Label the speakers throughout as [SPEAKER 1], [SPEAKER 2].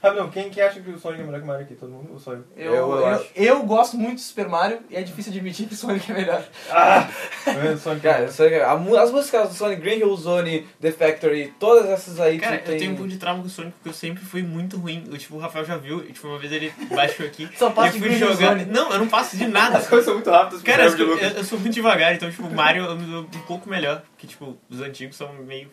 [SPEAKER 1] Tá, não, quem que acha que o Sonic é melhor que o Mario aqui? Todo mundo ou só eu?
[SPEAKER 2] Eu,
[SPEAKER 3] Eu- eu
[SPEAKER 2] eu-
[SPEAKER 3] acho.
[SPEAKER 2] eu gosto muito de Super Mario e é difícil admitir que Sonic é melhor.
[SPEAKER 1] Ah! Eu Sonic. é
[SPEAKER 3] Cara, Sonic- a mu- as músicas do Sonic, Green Hill Zone, The Factory, todas essas aí
[SPEAKER 4] Cara,
[SPEAKER 3] tu
[SPEAKER 4] eu
[SPEAKER 3] tem...
[SPEAKER 4] tenho um pouco de trauma com o Sonic porque eu sempre fui muito ruim. Eu, tipo, o Rafael já viu, e, tipo, uma vez ele baixou aqui.
[SPEAKER 2] Só passa
[SPEAKER 4] e
[SPEAKER 2] de
[SPEAKER 4] eu fui
[SPEAKER 2] Green Hill
[SPEAKER 4] jogar.
[SPEAKER 2] Zone.
[SPEAKER 4] Não, eu não passo de nada.
[SPEAKER 1] as coisas são muito rápidas.
[SPEAKER 4] Cara,
[SPEAKER 1] pro
[SPEAKER 4] eu,
[SPEAKER 1] Mario
[SPEAKER 4] eu,
[SPEAKER 1] de Lucas.
[SPEAKER 4] eu sou muito devagar, então, tipo, Mario eu me dou um pouco melhor. Que, tipo, os antigos são meio.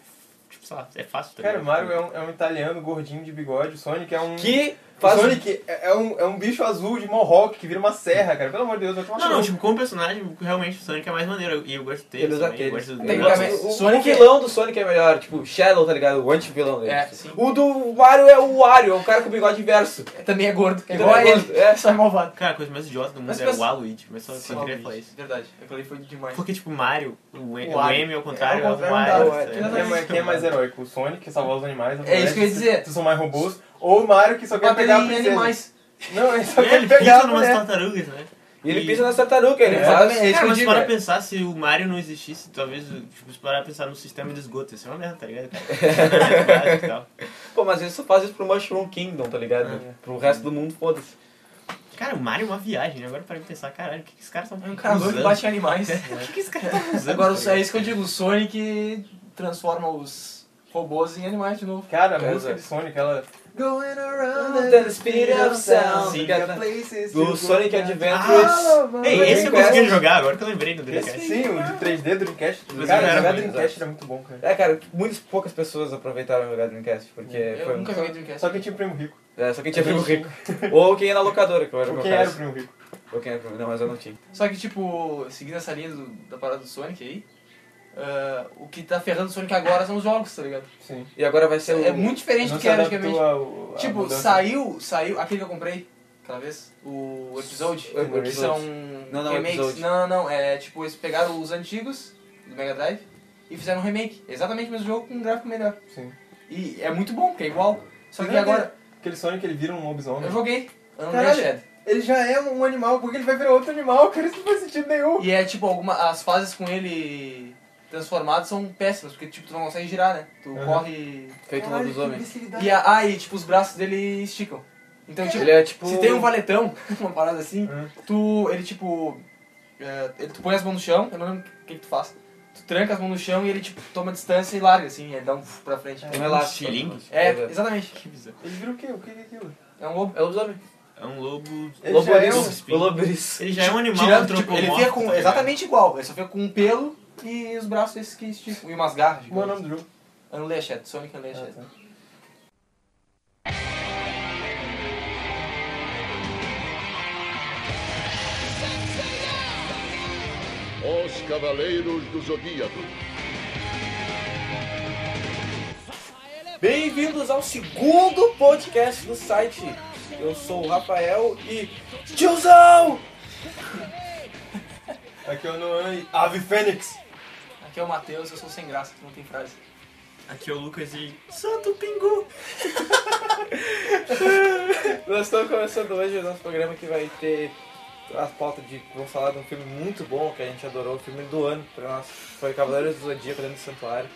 [SPEAKER 4] Tipo, sei lá, é fácil também.
[SPEAKER 1] Cara, o Mario é um, é um italiano gordinho de bigode. O Sonic é um.
[SPEAKER 3] Que
[SPEAKER 1] O
[SPEAKER 3] faz...
[SPEAKER 1] Sonic é é um, é um bicho azul de Mohawk que vira uma serra, cara. Pelo amor de Deus, vai tomar
[SPEAKER 4] Não,
[SPEAKER 1] no
[SPEAKER 4] não,
[SPEAKER 1] cu.
[SPEAKER 4] tipo, como personagem, realmente o Sonic é mais maneiro. E eu gosto dele.
[SPEAKER 3] Eles
[SPEAKER 4] também, eu
[SPEAKER 3] aqueles.
[SPEAKER 4] gosto do-
[SPEAKER 3] é Tem
[SPEAKER 4] eu
[SPEAKER 3] que
[SPEAKER 4] gosto-
[SPEAKER 3] ver-
[SPEAKER 2] Nossa,
[SPEAKER 3] o,
[SPEAKER 2] Sonic-
[SPEAKER 3] o vilão do Sonic é melhor, tipo, Shadow, tá ligado? O anti-vilão dele.
[SPEAKER 2] É, sim.
[SPEAKER 3] O do Mario é o Wario, é o cara com o bigode inverso.
[SPEAKER 2] Também é gordo, é
[SPEAKER 3] Também
[SPEAKER 2] igual a
[SPEAKER 3] é gordo,
[SPEAKER 2] ele.
[SPEAKER 3] é.
[SPEAKER 2] Só é malvado.
[SPEAKER 4] Cara, a coisa mais idiota do mundo
[SPEAKER 3] Mas
[SPEAKER 4] é
[SPEAKER 3] pensa-
[SPEAKER 4] o Waluigi, mas só, só queria falar isso.
[SPEAKER 2] Verdade, eu falei foi demais.
[SPEAKER 4] Porque, tipo, Mario, o, M-
[SPEAKER 2] O
[SPEAKER 4] o
[SPEAKER 2] Wario.
[SPEAKER 4] M ao contrário
[SPEAKER 2] É,
[SPEAKER 4] é
[SPEAKER 2] ao
[SPEAKER 4] o
[SPEAKER 2] contrário,
[SPEAKER 3] é,
[SPEAKER 4] Mario. sabe?
[SPEAKER 1] Quem é, mais- quem é mais heróico? O Sonic, que salvar os animais. a
[SPEAKER 2] É isso que eu ia
[SPEAKER 1] floresta,
[SPEAKER 2] dizer.
[SPEAKER 1] Tu são mais robôs. Ou o Mario, que só quer
[SPEAKER 2] Bater
[SPEAKER 1] pegar a
[SPEAKER 2] em
[SPEAKER 1] princesa.
[SPEAKER 2] animais.
[SPEAKER 1] Não, ele só
[SPEAKER 4] É,
[SPEAKER 1] quer
[SPEAKER 4] ele
[SPEAKER 1] pegar
[SPEAKER 4] pisa
[SPEAKER 1] a
[SPEAKER 4] numas
[SPEAKER 1] mulher.
[SPEAKER 4] tartarugas, né?
[SPEAKER 3] E ele
[SPEAKER 4] E-
[SPEAKER 3] pisa nas tartarugas, ele
[SPEAKER 1] É,
[SPEAKER 3] faz...
[SPEAKER 2] exatamente, é isso que
[SPEAKER 4] Cara,
[SPEAKER 2] eu
[SPEAKER 4] mas se
[SPEAKER 2] digo,
[SPEAKER 4] parar
[SPEAKER 2] é.
[SPEAKER 4] pra pensar, se o Mario não existisse, talvez, tipo, se parar pra pensar no sistema de esgoto, ia ser uma merda, tá ligado? Cara? E tal.
[SPEAKER 3] Pô, mas ele só faz isso pro Mushroom Kingdom, tá ligado?
[SPEAKER 1] É.
[SPEAKER 3] Pro resto do mundo, foda-se.
[SPEAKER 4] Cara, o Mario é uma viagem, né? agora para pra pensar, caralho, o que que os caras estão
[SPEAKER 2] É um cara doido que bate em animais.
[SPEAKER 3] É.
[SPEAKER 4] O que que os caras estão usando?
[SPEAKER 2] Agora,
[SPEAKER 4] tá
[SPEAKER 2] é
[SPEAKER 4] ligado?
[SPEAKER 2] isso que eu digo, o Sonic transforma os robôs em animais de novo.
[SPEAKER 1] Cara, a
[SPEAKER 3] Cara,
[SPEAKER 1] música de Sonic, ela... Oh, Going
[SPEAKER 2] around
[SPEAKER 3] at the speed of sound.
[SPEAKER 4] Sim.
[SPEAKER 3] Do
[SPEAKER 2] é
[SPEAKER 3] Sonic é
[SPEAKER 1] Ah,
[SPEAKER 3] Adventures...
[SPEAKER 1] mano.
[SPEAKER 4] Ei, esse eu
[SPEAKER 3] Dreamcast.
[SPEAKER 4] consegui jogar agora que eu lembrei do
[SPEAKER 1] Esse,
[SPEAKER 2] é
[SPEAKER 4] Dreamcast.
[SPEAKER 1] sim, o de 3D do Dreamcast.
[SPEAKER 4] Mas
[SPEAKER 1] Cara,
[SPEAKER 4] não era
[SPEAKER 1] jogar
[SPEAKER 3] muito,
[SPEAKER 1] Dreamcast era muito bom, cara.
[SPEAKER 3] É, cara, muitas poucas pessoas aproveitaram o Dreamcast, porque
[SPEAKER 2] Eu
[SPEAKER 3] É, foi...
[SPEAKER 2] nunca joguei Dreamcast.
[SPEAKER 1] Só que tinha o Primo Rico.
[SPEAKER 3] É, só quem tinha primo rico. Ou quem era locadora, que eu era
[SPEAKER 1] Ou
[SPEAKER 3] o meu
[SPEAKER 1] quem era o
[SPEAKER 3] caso.
[SPEAKER 1] Primo Rico?
[SPEAKER 3] Ou quem era primo. Não, mas eu não tinha.
[SPEAKER 2] Só que, tipo, seguindo essa linha do- da parada do Sonic aí, ah, o que tá ferrando o Sonic agora são os jogos, tá ligado?
[SPEAKER 1] Sim.
[SPEAKER 3] E agora vai ser o...
[SPEAKER 2] É muito diferente
[SPEAKER 1] Não
[SPEAKER 2] do
[SPEAKER 1] se
[SPEAKER 2] que era
[SPEAKER 1] adaptou
[SPEAKER 2] antigamente.
[SPEAKER 1] ao- à
[SPEAKER 2] Tipo,
[SPEAKER 1] mudança.
[SPEAKER 2] saiu, saiu, aquele que eu comprei aquela vez, o Episode,
[SPEAKER 3] O Episode.
[SPEAKER 2] que são
[SPEAKER 3] Não, não,
[SPEAKER 2] remakes.
[SPEAKER 3] Episode.
[SPEAKER 2] Não, não, é tipo, eles pegaram os antigos do Mega Drive e fizeram um remake, exatamente o mesmo jogo com um gráfico melhor.
[SPEAKER 1] Sim.
[SPEAKER 2] E é muito bom, porque é igual. Só que
[SPEAKER 1] Não,
[SPEAKER 2] agora,
[SPEAKER 1] Aquele Sonic, ele vira um lobisomem.
[SPEAKER 2] eu joguei, Unleashed.
[SPEAKER 1] Caralho. Ele já é um animal, porque ele vai virar outro animal, cara, isso não faz sentido nenhum.
[SPEAKER 2] E é tipo, alguma, as fases com ele transformado são péssimas, porque tipo, tu não consegue girar, né? Tu
[SPEAKER 1] Uhum.
[SPEAKER 2] corre.
[SPEAKER 3] Feito um dos homens.
[SPEAKER 2] E a, ah, e tipo, os braços dele esticam. Então, tipo,
[SPEAKER 3] Ele é tipo...
[SPEAKER 2] se tem um valetão, uma parada assim,
[SPEAKER 1] Hum.
[SPEAKER 2] tu. Ele tipo. é, ele, tu põe as mãos no chão, eu não lembro o que, que tu faz. Tu tranca as mãos no chão e ele tipo toma distância e larga, assim, ele dá um pra frente.
[SPEAKER 3] Tem um elástico.
[SPEAKER 4] estilingue?
[SPEAKER 2] É,
[SPEAKER 3] É,
[SPEAKER 2] exatamente.
[SPEAKER 4] Que bizarro.
[SPEAKER 1] Ele vira o quê? O que é aquilo?
[SPEAKER 2] É um lobo.
[SPEAKER 3] é o lobisomem.
[SPEAKER 4] É um lobo...
[SPEAKER 1] Ele
[SPEAKER 3] Lobo
[SPEAKER 1] já é
[SPEAKER 3] Oris.
[SPEAKER 1] um-
[SPEAKER 3] O Loboris.
[SPEAKER 4] Ele já é um animal
[SPEAKER 2] Tirando, tipo, ele
[SPEAKER 4] antropomórfico,
[SPEAKER 2] fica com.
[SPEAKER 4] tá ligado?
[SPEAKER 2] exatamente igual, ele só fica com um pelo e os braços esses que esticam. E umas garras,
[SPEAKER 1] Como é o
[SPEAKER 2] digamos.
[SPEAKER 1] nome do jogo?
[SPEAKER 2] Unleashed, Sonic Unleashed.
[SPEAKER 1] Ah, tá.
[SPEAKER 5] Os Cavaleiros do Zodíaco.
[SPEAKER 3] Bem-vindos ao segundo podcast do site. Eu sou o Rafael e. Tiozão!
[SPEAKER 1] Aqui é o Noan e Ave Fênix.
[SPEAKER 2] Aqui é o Matheus, eu sou sem graça, que não tem frase.
[SPEAKER 4] Aqui é o Lucas e... Santo Pingu!
[SPEAKER 3] Nós estamos começando hoje o nosso programa que vai ter as pautas de. Vamos falar de um filme muito bom que a gente adorou, o filme do ano pra nós. Foi Cavaleiros do Zodíaco dentro do Santuário.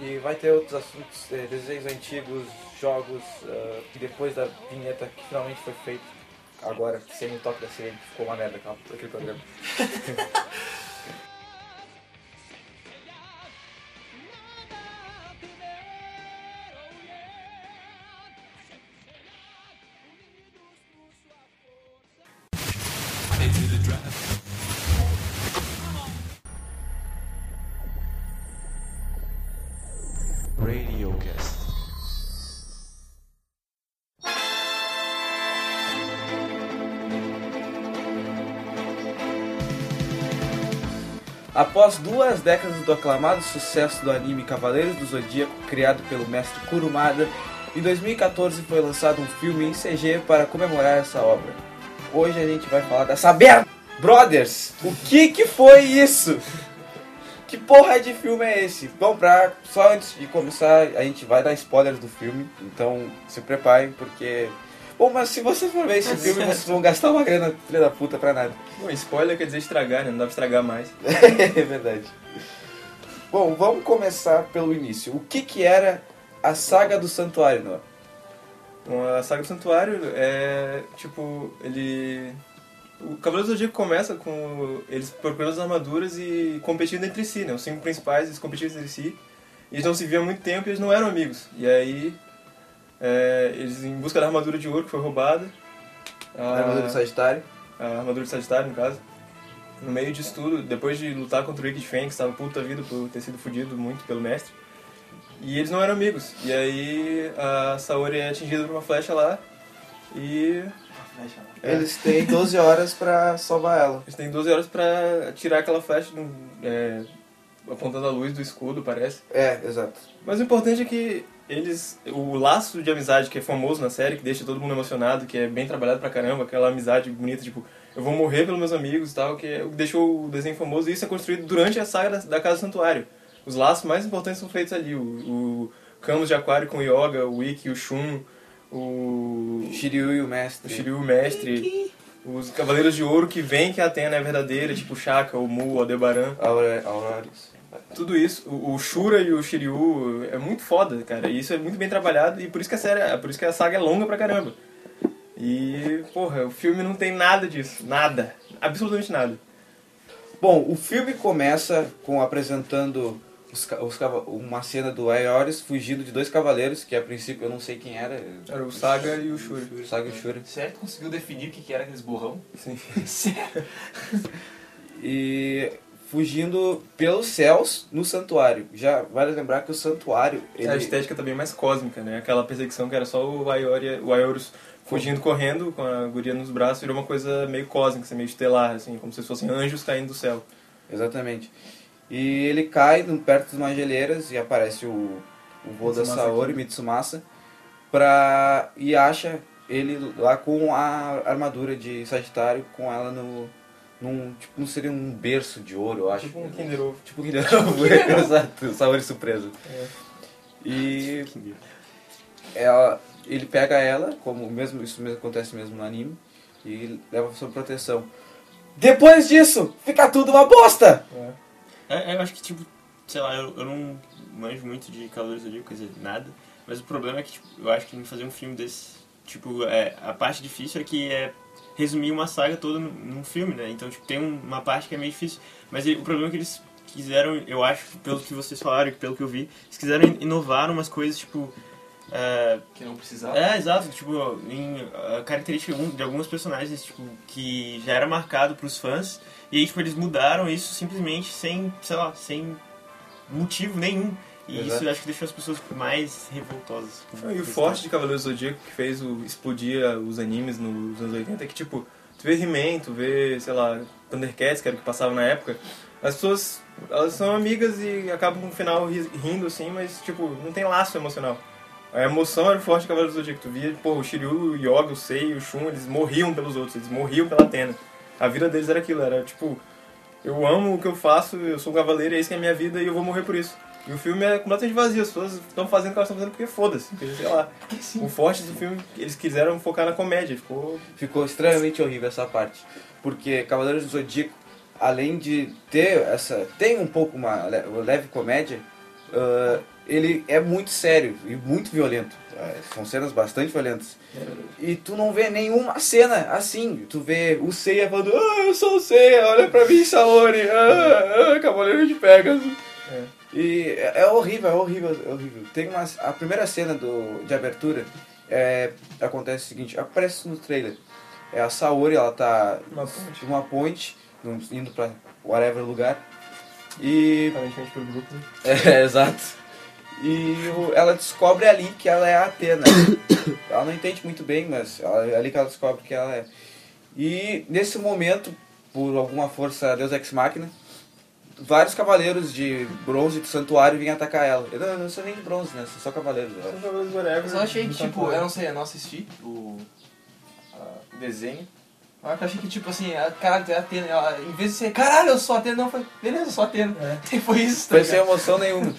[SPEAKER 3] E vai ter outros assuntos, eh, desenhos antigos, jogos, ah, que depois da vinheta que finalmente foi feita. Agora, sem o toque da sirene, que ficou uma merda aquela- aquele programa. Após duas décadas do aclamado sucesso do anime Cavaleiros do Zodíaco, criado pelo mestre Kurumada, em 2014 foi lançado um filme em CG para comemorar essa obra. Hoje a gente vai falar dessa merda! Brothers, o que que foi isso? Que porra de filme é esse? Bom, pra, só antes de começar, a gente vai dar spoilers do filme, então se preparem, porque... Bom, mas se vocês for ver esse filme, vocês vão gastar uma grana filha da puta pra nada.
[SPEAKER 1] Bom, spoiler quer dizer estragar, né? Não dá pra estragar mais.
[SPEAKER 3] É verdade. Bom, vamos começar pelo início. O que que era a saga do santuário, Noah?
[SPEAKER 1] Bom, a saga do santuário é tipo. Ele. O Cavaleiro do Zodíaco começa com eles procurando as armaduras e competindo entre si, né? Os cinco principais, eles competiam entre si. E eles não se viam há muito tempo e eles não eram amigos. E aí. é, eles em busca da armadura de ouro que foi roubada. A
[SPEAKER 3] Armadura do Sagitário.
[SPEAKER 1] a armadura de Sagitário, no caso. No meio disso tudo, depois de lutar contra o Rick de Fênix, estava puto da vida por ter sido fudido muito pelo mestre. E eles não eram amigos. E aí a Saori é atingida por uma flecha lá. E É.
[SPEAKER 3] Eles têm 12 horas pra salvar ela.
[SPEAKER 1] eles têm 12 horas pra tirar aquela flecha de um- é, apontando a luz do escudo, parece.
[SPEAKER 3] É, exato.
[SPEAKER 1] Mas o importante é que eles. O laço de amizade que é famoso na série, que deixa todo mundo emocionado, que é bem trabalhado pra caramba, aquela amizade bonita, tipo, eu vou morrer pelos meus amigos e tal, que é o que deixou o desenho famoso, e isso é construído durante a saga da, da Casa do Santuário. Os laços mais importantes são feitos ali. O, o Camus de Aquário com o Yoga, o Ikki, o Shun, o.
[SPEAKER 3] O Shiryu e o mestre.
[SPEAKER 1] O Shiryu o Mestre, os Cavaleiros de Ouro que vem que a Atena é verdadeira, tipo o Shaka, o Mu, o Aldebaran.
[SPEAKER 3] Aure- Aurorius.
[SPEAKER 1] Tudo isso, o o Shura e o Shiryu é muito foda, cara. E isso é muito bem trabalhado e por isso que a série, por isso que a saga é longa pra caramba. E, porra, o filme não tem nada disso, nada, absolutamente nada.
[SPEAKER 3] Bom, o filme começa com apresentando os ca- os cava- uma cena do Aeoris fugindo de dois cavaleiros, que a princípio eu não sei quem era.
[SPEAKER 1] Era o Saga e o Shura.
[SPEAKER 3] O Saga e o Shura.
[SPEAKER 2] Será que tu conseguiu definir o que que era aqueles borrão?
[SPEAKER 1] Sim.
[SPEAKER 2] Sério?
[SPEAKER 3] E fugindo pelos céus no santuário. Já vale lembrar que o santuário.
[SPEAKER 1] A
[SPEAKER 3] Ele...
[SPEAKER 1] estética tá bem mais cósmica, né? Aquela perseguição que era só o Aioria, o Aeorus fugindo correndo com a guria nos braços, virou uma coisa meio cósmica, assim, meio estelar, assim, como se fossem anjos caindo do céu.
[SPEAKER 3] Exatamente. E ele cai no- perto de umas geleiras e aparece o, o vô da
[SPEAKER 1] Mitsumasa
[SPEAKER 3] Saori, Mitsumasa, pra, e acha ele lá com a armadura de Sagitário, com ela no. Num, tipo, não seria um berço de ouro, eu acho.
[SPEAKER 1] Tipo um Kinder Ovo.
[SPEAKER 3] Tipo um Kinder Ovo, exato. Saori surpresa.
[SPEAKER 1] É.
[SPEAKER 3] E
[SPEAKER 1] Tipo um
[SPEAKER 3] ela, ele pega ela, como o mesmo, isso mesmo acontece mesmo no anime, e leva sob proteção. Depois disso, fica tudo uma bosta!
[SPEAKER 6] É, eu acho que, tipo, sei lá, eu, eu não manjo muito de Cavaleiros do Zodíaco, quer dizer, nada. Mas o problema é que, tipo, eu acho que em fazer um filme desse, tipo, é, a parte difícil é que é resumir uma saga toda num, num filme, né? Então, tipo, tem um- uma parte que é meio difícil. Mas e- o problema é que eles quiseram, eu acho, pelo que vocês falaram e pelo que eu vi, eles quiseram in- inovar umas coisas, tipo... é,
[SPEAKER 2] Que não precisava.
[SPEAKER 6] é, exato. Tipo, em, a característica de algum- de alguns personagens tipo, que já era marcado pros fãs. E aí, tipo, eles mudaram isso simplesmente sem, sei lá, sem motivo nenhum. E
[SPEAKER 3] Exato.
[SPEAKER 6] isso eu acho que deixou as pessoas mais revoltosas.
[SPEAKER 1] E o forte de Cavaleiros do Zodíaco que fez o, explodir a- os animes nos anos 80 é que, tipo, tu vê He-Man, tu vê, sei lá, Thundercats, que era o que passava na época, as pessoas, elas são amigas e acabam no final ri- rindo, assim, mas, tipo, não tem laço emocional. A emoção era o forte de Cavaleiros do Zodíaco. Tu via, pô, o Shiryu, o Yoga, o Sei, o Shun, eles morriam pelos outros, eles morriam pela Atena. A vida deles era aquilo, era, tipo, eu amo o que eu faço, eu sou um cavaleiro, é isso que é a minha vida e eu vou morrer por isso. E o filme é completamente vazio, as pessoas estão fazendo o que elas estão fazendo porque foda-se, porque, sei lá. O forte do filme, eles quiseram focar na comédia, ficou...
[SPEAKER 3] Ficou extremamente horrível essa parte. Porque Cavaleiros do Zodíaco, além de ter essa. tem um pouco uma le- uma leve comédia, ah, ele é muito sério e muito violento. Ah, São cenas bastante violentas. E tu não vê nenhuma cena assim. Tu vê o Seiya falando, ah, eu sou o Seiya, olha pra mim, Saori, ah, ah, Cavaleiro de Pegasus.
[SPEAKER 1] É.
[SPEAKER 3] E é é horrível, é horrível, é horrível. Tem uma, a primeira cena do, de abertura é, acontece o seguinte, aparece no trailer. É a Saori, ela tá
[SPEAKER 1] Uma ponte.
[SPEAKER 3] numa ponte, num- indo pra whatever lugar. E
[SPEAKER 1] Aparentemente pro grupo.
[SPEAKER 3] é, exato. E o- ela descobre ali que ela é a Atena. ela não entende muito bem, mas ela- é ali que ela descobre que ela é. E nesse momento, por alguma força Deus Ex Machina, vários cavaleiros de bronze do santuário vêm atacar ela. Eu não, eu não sou nem de bronze, né? Sou só cavaleiros. eu
[SPEAKER 1] Então,
[SPEAKER 3] acho.
[SPEAKER 2] Eu só achei que,
[SPEAKER 1] tá
[SPEAKER 2] tipo, é um eu não sei, eu não assisti o, a- o desenho. Mas eu achei que, tipo assim, a, caralho, a Atena, ela, em vez de ser, caralho, eu sou Atena, não, foi, beleza, eu sou Atena. Foi isso, tá
[SPEAKER 3] É. Foi sem
[SPEAKER 2] ligado?
[SPEAKER 3] emoção nenhuma.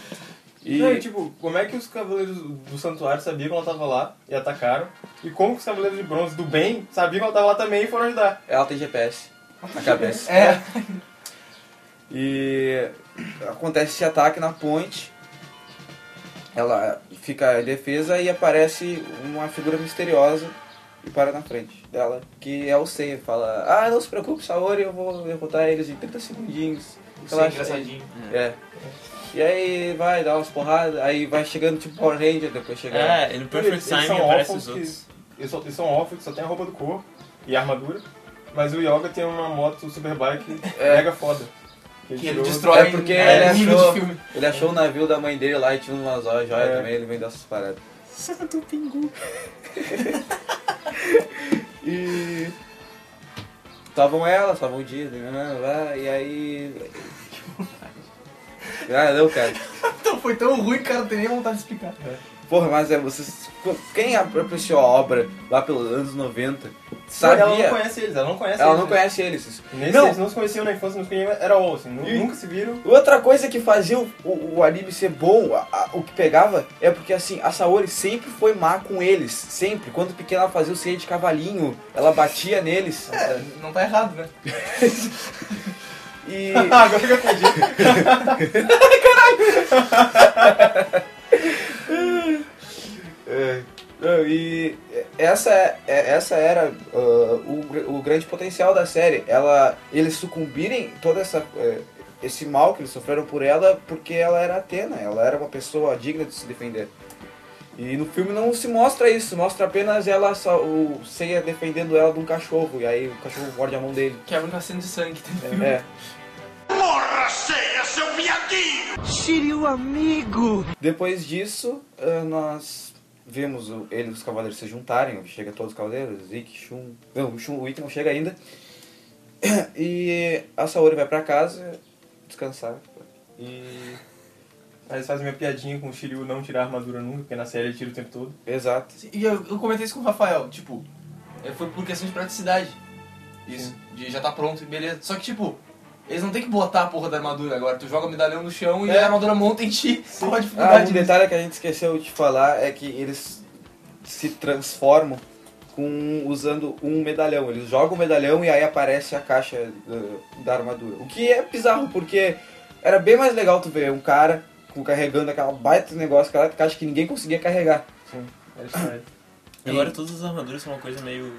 [SPEAKER 3] E
[SPEAKER 1] Não, e tipo, como é que os cavaleiros do santuário sabiam que ela tava lá e atacaram? E como que os cavaleiros de bronze do bem sabiam que ela tava lá também e foram ajudar?
[SPEAKER 3] ela tem GPS na cabeça.
[SPEAKER 2] É,
[SPEAKER 3] E acontece esse ataque na ponte. Ela fica em defesa e aparece uma figura misteriosa e para na frente dela, que é o Seiya. Fala, ah, não se preocupe, Saori, eu vou derrotar eles em 30 segundinhos.
[SPEAKER 2] Isso é engraçadinho.
[SPEAKER 3] É. E aí vai dar umas porradas, aí vai chegando tipo Power Ranger, depois chega...
[SPEAKER 6] É, e no Perfect
[SPEAKER 1] Eles- eles
[SPEAKER 6] Time
[SPEAKER 1] são
[SPEAKER 6] aparece
[SPEAKER 1] órfãos
[SPEAKER 6] os outros.
[SPEAKER 1] Que, eles, só, eles são órfãos que só tem a roupa do corpo e a armadura. Mas o Yoga tem uma moto superbike
[SPEAKER 3] É.
[SPEAKER 1] mega foda.
[SPEAKER 2] Que ele
[SPEAKER 1] tirou-
[SPEAKER 2] destrói
[SPEAKER 3] É porque
[SPEAKER 2] um
[SPEAKER 3] ele
[SPEAKER 2] mundo
[SPEAKER 3] achou-
[SPEAKER 2] de filme.
[SPEAKER 3] Ele achou o navio da mãe dele lá e tinha umas joias
[SPEAKER 1] É.
[SPEAKER 3] também, ele vem dessas paradas.
[SPEAKER 6] Santo Pingu.
[SPEAKER 3] E. Salvam ela, salvam o Disney, né? lá, E aí. Ah, não, cara.
[SPEAKER 2] Então foi tão ruim, cara, não tem nem vontade de explicar.
[SPEAKER 3] Porra, mas é, vocês. Quem apreciou a obra lá pelos anos 90
[SPEAKER 1] Ela não
[SPEAKER 3] sabia.
[SPEAKER 1] conhece eles, ela não conhece
[SPEAKER 3] Ela
[SPEAKER 1] eles.
[SPEAKER 3] não
[SPEAKER 1] né?
[SPEAKER 3] conhece eles.
[SPEAKER 1] Nem
[SPEAKER 3] Não.
[SPEAKER 1] se eles não se conheciam na infância, não se conheciam, era all, assim, nu-
[SPEAKER 3] E-
[SPEAKER 1] nunca se viram.
[SPEAKER 3] Outra coisa que fazia o, o- o anime ser bom, a- a- o que pegava, é porque assim, a Saori sempre foi má com eles. Sempre. Quando pequena ela fazia o Sei de cavalinho, ela batia neles.
[SPEAKER 1] É.
[SPEAKER 2] Não tá errado, né?
[SPEAKER 3] E.
[SPEAKER 1] Ah, agora que eu entendi.
[SPEAKER 3] É, não, e essa, é- essa era ah, o, gr- o grande potencial da série. Ela, eles sucumbirem toda essa eh, esse mal que eles sofreram por ela porque ela era Atena, ela era uma pessoa digna de se defender. E no filme não se mostra isso, mostra apenas ela só, o Seiya defendendo ela de um cachorro e aí o cachorro morde a mão dele.
[SPEAKER 2] Que é a única cena de sangue que tem no filme.
[SPEAKER 3] É.
[SPEAKER 7] Shiryu amigo!
[SPEAKER 3] Depois disso, ah, nós vemos o- ele e os cavaleiros se juntarem, chega todos os cavaleiros, Ikki, Shun... Não, o Shun, o Ikki não chega ainda. E a Saori vai pra casa descansar. E...
[SPEAKER 1] Aí eles fazem minha piadinha com o Shiryu não tirar a armadura nunca, porque na série ele tira o tempo todo.
[SPEAKER 3] Exato.
[SPEAKER 2] E eu, eu comentei isso com o Rafael, tipo, é, foi por questão de praticidade. Isso, de já tá pronto e beleza. Só que, tipo, eles não tem que botar a porra da armadura agora. Tu joga o medalhão no chão e
[SPEAKER 1] É.
[SPEAKER 2] a armadura monta em ti. Qual a
[SPEAKER 3] Ah,
[SPEAKER 2] dificuldade
[SPEAKER 3] um
[SPEAKER 2] disso?
[SPEAKER 3] detalhe que a gente esqueceu de falar é que eles se transformam com, usando um medalhão. Eles jogam o medalhão e aí aparece a caixa eh, da, da armadura. O que é bizarro, porque era bem mais legal tu ver um cara com- carregando aquela baita negócio, aquela caixa que ninguém conseguia carregar. É, tipo,
[SPEAKER 1] Eles saem.
[SPEAKER 6] Agora todas as armaduras são uma coisa meio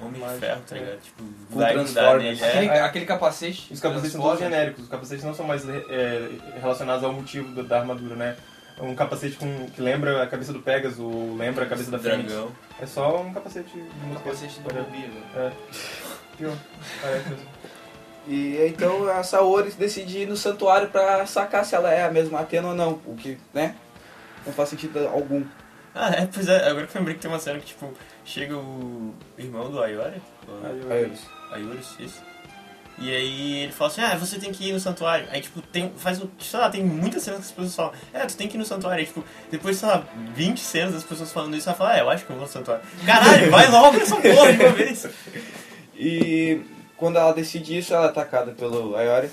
[SPEAKER 6] homem de ferro,
[SPEAKER 1] é.
[SPEAKER 6] tá ligado? Tipo, vai mudar
[SPEAKER 3] Transformers.
[SPEAKER 6] nele.
[SPEAKER 2] Aquele,
[SPEAKER 6] É.
[SPEAKER 2] aquele capacete.
[SPEAKER 1] Os capacetes são todos
[SPEAKER 2] transporta.
[SPEAKER 1] genéricos, os capacetes não são mais é, relacionados ao motivo do- da armadura, né? Um capacete com, que lembra a cabeça do Pegasus, ou lembra a cabeça da Fênix.
[SPEAKER 6] Dragão.
[SPEAKER 1] É só um capacete de
[SPEAKER 2] Um
[SPEAKER 1] uma
[SPEAKER 2] capacete do Rubi, né?
[SPEAKER 1] Pior. Parece mesmo.
[SPEAKER 3] E então a Saori decide ir no santuário pra sacar se ela é a mesma Atena ou não. O que, né? Não faz sentido algum.
[SPEAKER 6] Ah, é, pois é, agora que eu lembrei que tem uma cena que, tipo, chega o irmão do Ayori, ou-
[SPEAKER 1] Aí eu-
[SPEAKER 3] Aí eles-
[SPEAKER 6] Ayuris, isso. assim, E aí ele fala assim, ah, você tem que ir no santuário. Aí, tipo, tem, faz um, sei lá, tem muitas cenas que as pessoas falam, é, tu tem que ir no santuário. Aí, tipo, depois, sei lá, 20 cenas das pessoas falando isso, ela fala, é, eu acho que eu vou no santuário. Caralho, vai logo nessa porra de uma vez.
[SPEAKER 3] E quando ela decide isso, ela é atacada pelo Ayori.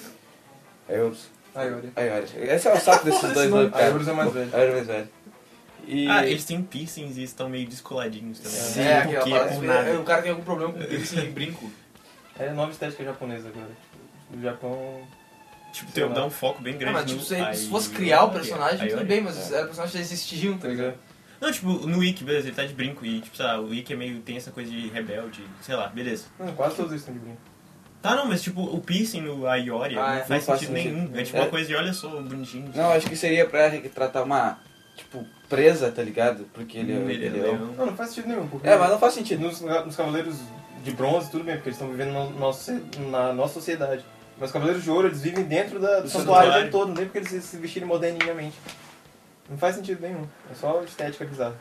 [SPEAKER 3] Ayori.
[SPEAKER 1] Aí eu-
[SPEAKER 3] Ayori. Esse é o saco desses dois nomes, cara.
[SPEAKER 1] Ayori é mais velho.
[SPEAKER 3] Ayori é mais velho. E...
[SPEAKER 6] Ah, eles têm piercings e estão meio descoladinhos também. né?
[SPEAKER 1] Sim,
[SPEAKER 2] é,
[SPEAKER 6] porque
[SPEAKER 2] aquela parada.
[SPEAKER 6] por
[SPEAKER 2] é,
[SPEAKER 6] nada.
[SPEAKER 2] o cara tem algum problema com piercing e brinco.
[SPEAKER 1] É nova estética japonesa agora. Tipo, O Japão.
[SPEAKER 6] Tipo, tem
[SPEAKER 1] sei lá.
[SPEAKER 6] dá um foco bem
[SPEAKER 2] Ah,
[SPEAKER 6] grande
[SPEAKER 2] mas, tipo,
[SPEAKER 6] no
[SPEAKER 2] se, se
[SPEAKER 6] Ayori.
[SPEAKER 2] fosse criar o personagem,
[SPEAKER 6] Ayori.
[SPEAKER 2] tudo bem, mas os personagens já existiam, tá ligado?
[SPEAKER 6] Não, tipo, no Ikki, beleza, ele tá de brinco e, tipo, sei lá, o Ikki é meio, tem essa coisa de rebelde, sei lá, beleza.
[SPEAKER 1] Não, né, quase todos eles estão de brinco.
[SPEAKER 6] Tá, não, mas tipo, o piercing no Ayori
[SPEAKER 2] Ah, é,
[SPEAKER 6] não faz
[SPEAKER 3] não faz
[SPEAKER 6] sentido
[SPEAKER 3] sentido.
[SPEAKER 6] nenhum.
[SPEAKER 4] né?
[SPEAKER 6] É tipo
[SPEAKER 3] É.
[SPEAKER 6] uma coisa de olha só, bonitinho.
[SPEAKER 3] Não, acho que seria pra retratar uma, tipo, presa, tá ligado? Porque ele,
[SPEAKER 6] Hum,
[SPEAKER 3] é-
[SPEAKER 6] ele é
[SPEAKER 3] ele é um...
[SPEAKER 6] leão.
[SPEAKER 4] né?
[SPEAKER 1] Não, não faz sentido nenhum. Porque
[SPEAKER 3] É, mas não faz sentido.
[SPEAKER 1] nos, nos Cavaleiros de Bronze, tudo bem, porque eles estão vivendo no- nosso- na nossa sociedade. Mas os Cavaleiros de Ouro, eles vivem dentro da, do
[SPEAKER 6] Do
[SPEAKER 1] santuário o
[SPEAKER 6] santuário.
[SPEAKER 1] tempo todo, não tem porque eles se vestirem moderninamente. Não faz sentido nenhum. É só estética bizarra.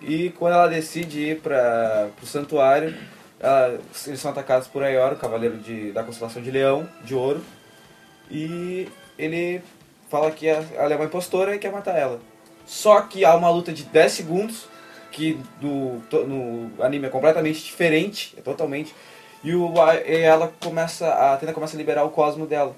[SPEAKER 3] E quando ela decide ir pra, pro santuário, ela- eles são atacados por Aior, o cavaleiro de, da constelação de leão, de ouro. E ele fala que a- ela é uma impostora e quer matar ela. Só que há uma luta de 10 segundos, que do, to- no anime é completamente diferente, é totalmente. E, o, a- e ela começa, a Atena começa a liberar o cosmo dela.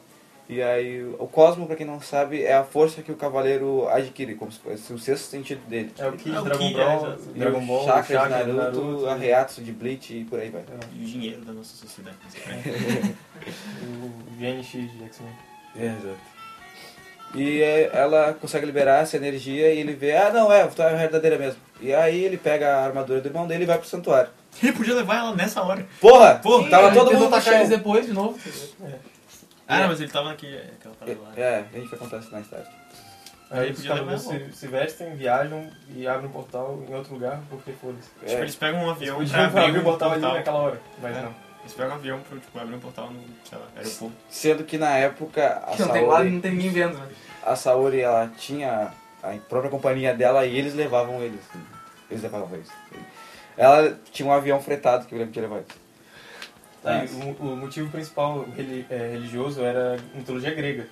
[SPEAKER 3] E aí, o cosmo, pra quem não sabe, é a força que o cavaleiro adquire, como se fosse o sexto sentido dele.
[SPEAKER 1] É o que
[SPEAKER 6] É o
[SPEAKER 1] Dragon,
[SPEAKER 6] Ki,
[SPEAKER 1] Ball,
[SPEAKER 6] é, exato.
[SPEAKER 3] E
[SPEAKER 1] Dragon Ball,
[SPEAKER 3] o Chakra,
[SPEAKER 1] Chakra,
[SPEAKER 3] de Naruto,
[SPEAKER 1] Naruto, né? é,
[SPEAKER 3] a Reatsu de Bleach e por aí vai.
[SPEAKER 6] E o dinheiro da nossa sociedade.
[SPEAKER 4] né?
[SPEAKER 1] o Gene X de X-Men.
[SPEAKER 3] Exato. E é, ela consegue liberar essa energia e ele vê, ah não, é, tu é verdadeira mesmo. E aí ele pega a armadura do irmão dele e vai pro santuário.
[SPEAKER 4] Ele podia levar ela nessa hora.
[SPEAKER 3] Porra!
[SPEAKER 4] Porra,
[SPEAKER 3] tava
[SPEAKER 2] Ele
[SPEAKER 3] todo
[SPEAKER 2] tentou
[SPEAKER 3] mundo no
[SPEAKER 2] atacar eles
[SPEAKER 3] chão.
[SPEAKER 2] depois de novo. tá
[SPEAKER 4] Ah, não, mas ele tava naquele. Aquela parada lá.
[SPEAKER 3] É, a gente vai contar isso mais tarde.
[SPEAKER 1] Aí os
[SPEAKER 4] podia
[SPEAKER 1] cavaleiros
[SPEAKER 4] levar a
[SPEAKER 1] se, se vestem, viajam e abrem um portal em outro lugar, porque foda-se.
[SPEAKER 3] É.
[SPEAKER 4] Tipo, eles pegam um avião
[SPEAKER 1] Eles
[SPEAKER 4] pra
[SPEAKER 1] podiam
[SPEAKER 4] abrir
[SPEAKER 1] abrir
[SPEAKER 4] um
[SPEAKER 1] o portal ali
[SPEAKER 4] portal.
[SPEAKER 1] naquela hora, mas
[SPEAKER 4] É.
[SPEAKER 1] não.
[SPEAKER 4] Eles pegam um avião pra tipo, abrir um portal no, sei lá, aeroporto.
[SPEAKER 3] Sendo que na época a
[SPEAKER 2] Que não tem lado
[SPEAKER 3] Saori,
[SPEAKER 2] não tem ninguém vendo, né?
[SPEAKER 3] a Saori ela tinha a própria companhia dela e eles levavam eles. né? Eles levavam eles. Ela tinha um avião fretado que eu lembro de levar eles.
[SPEAKER 1] Tá, e o, o motivo principal reli- é, religioso era mitologia grega.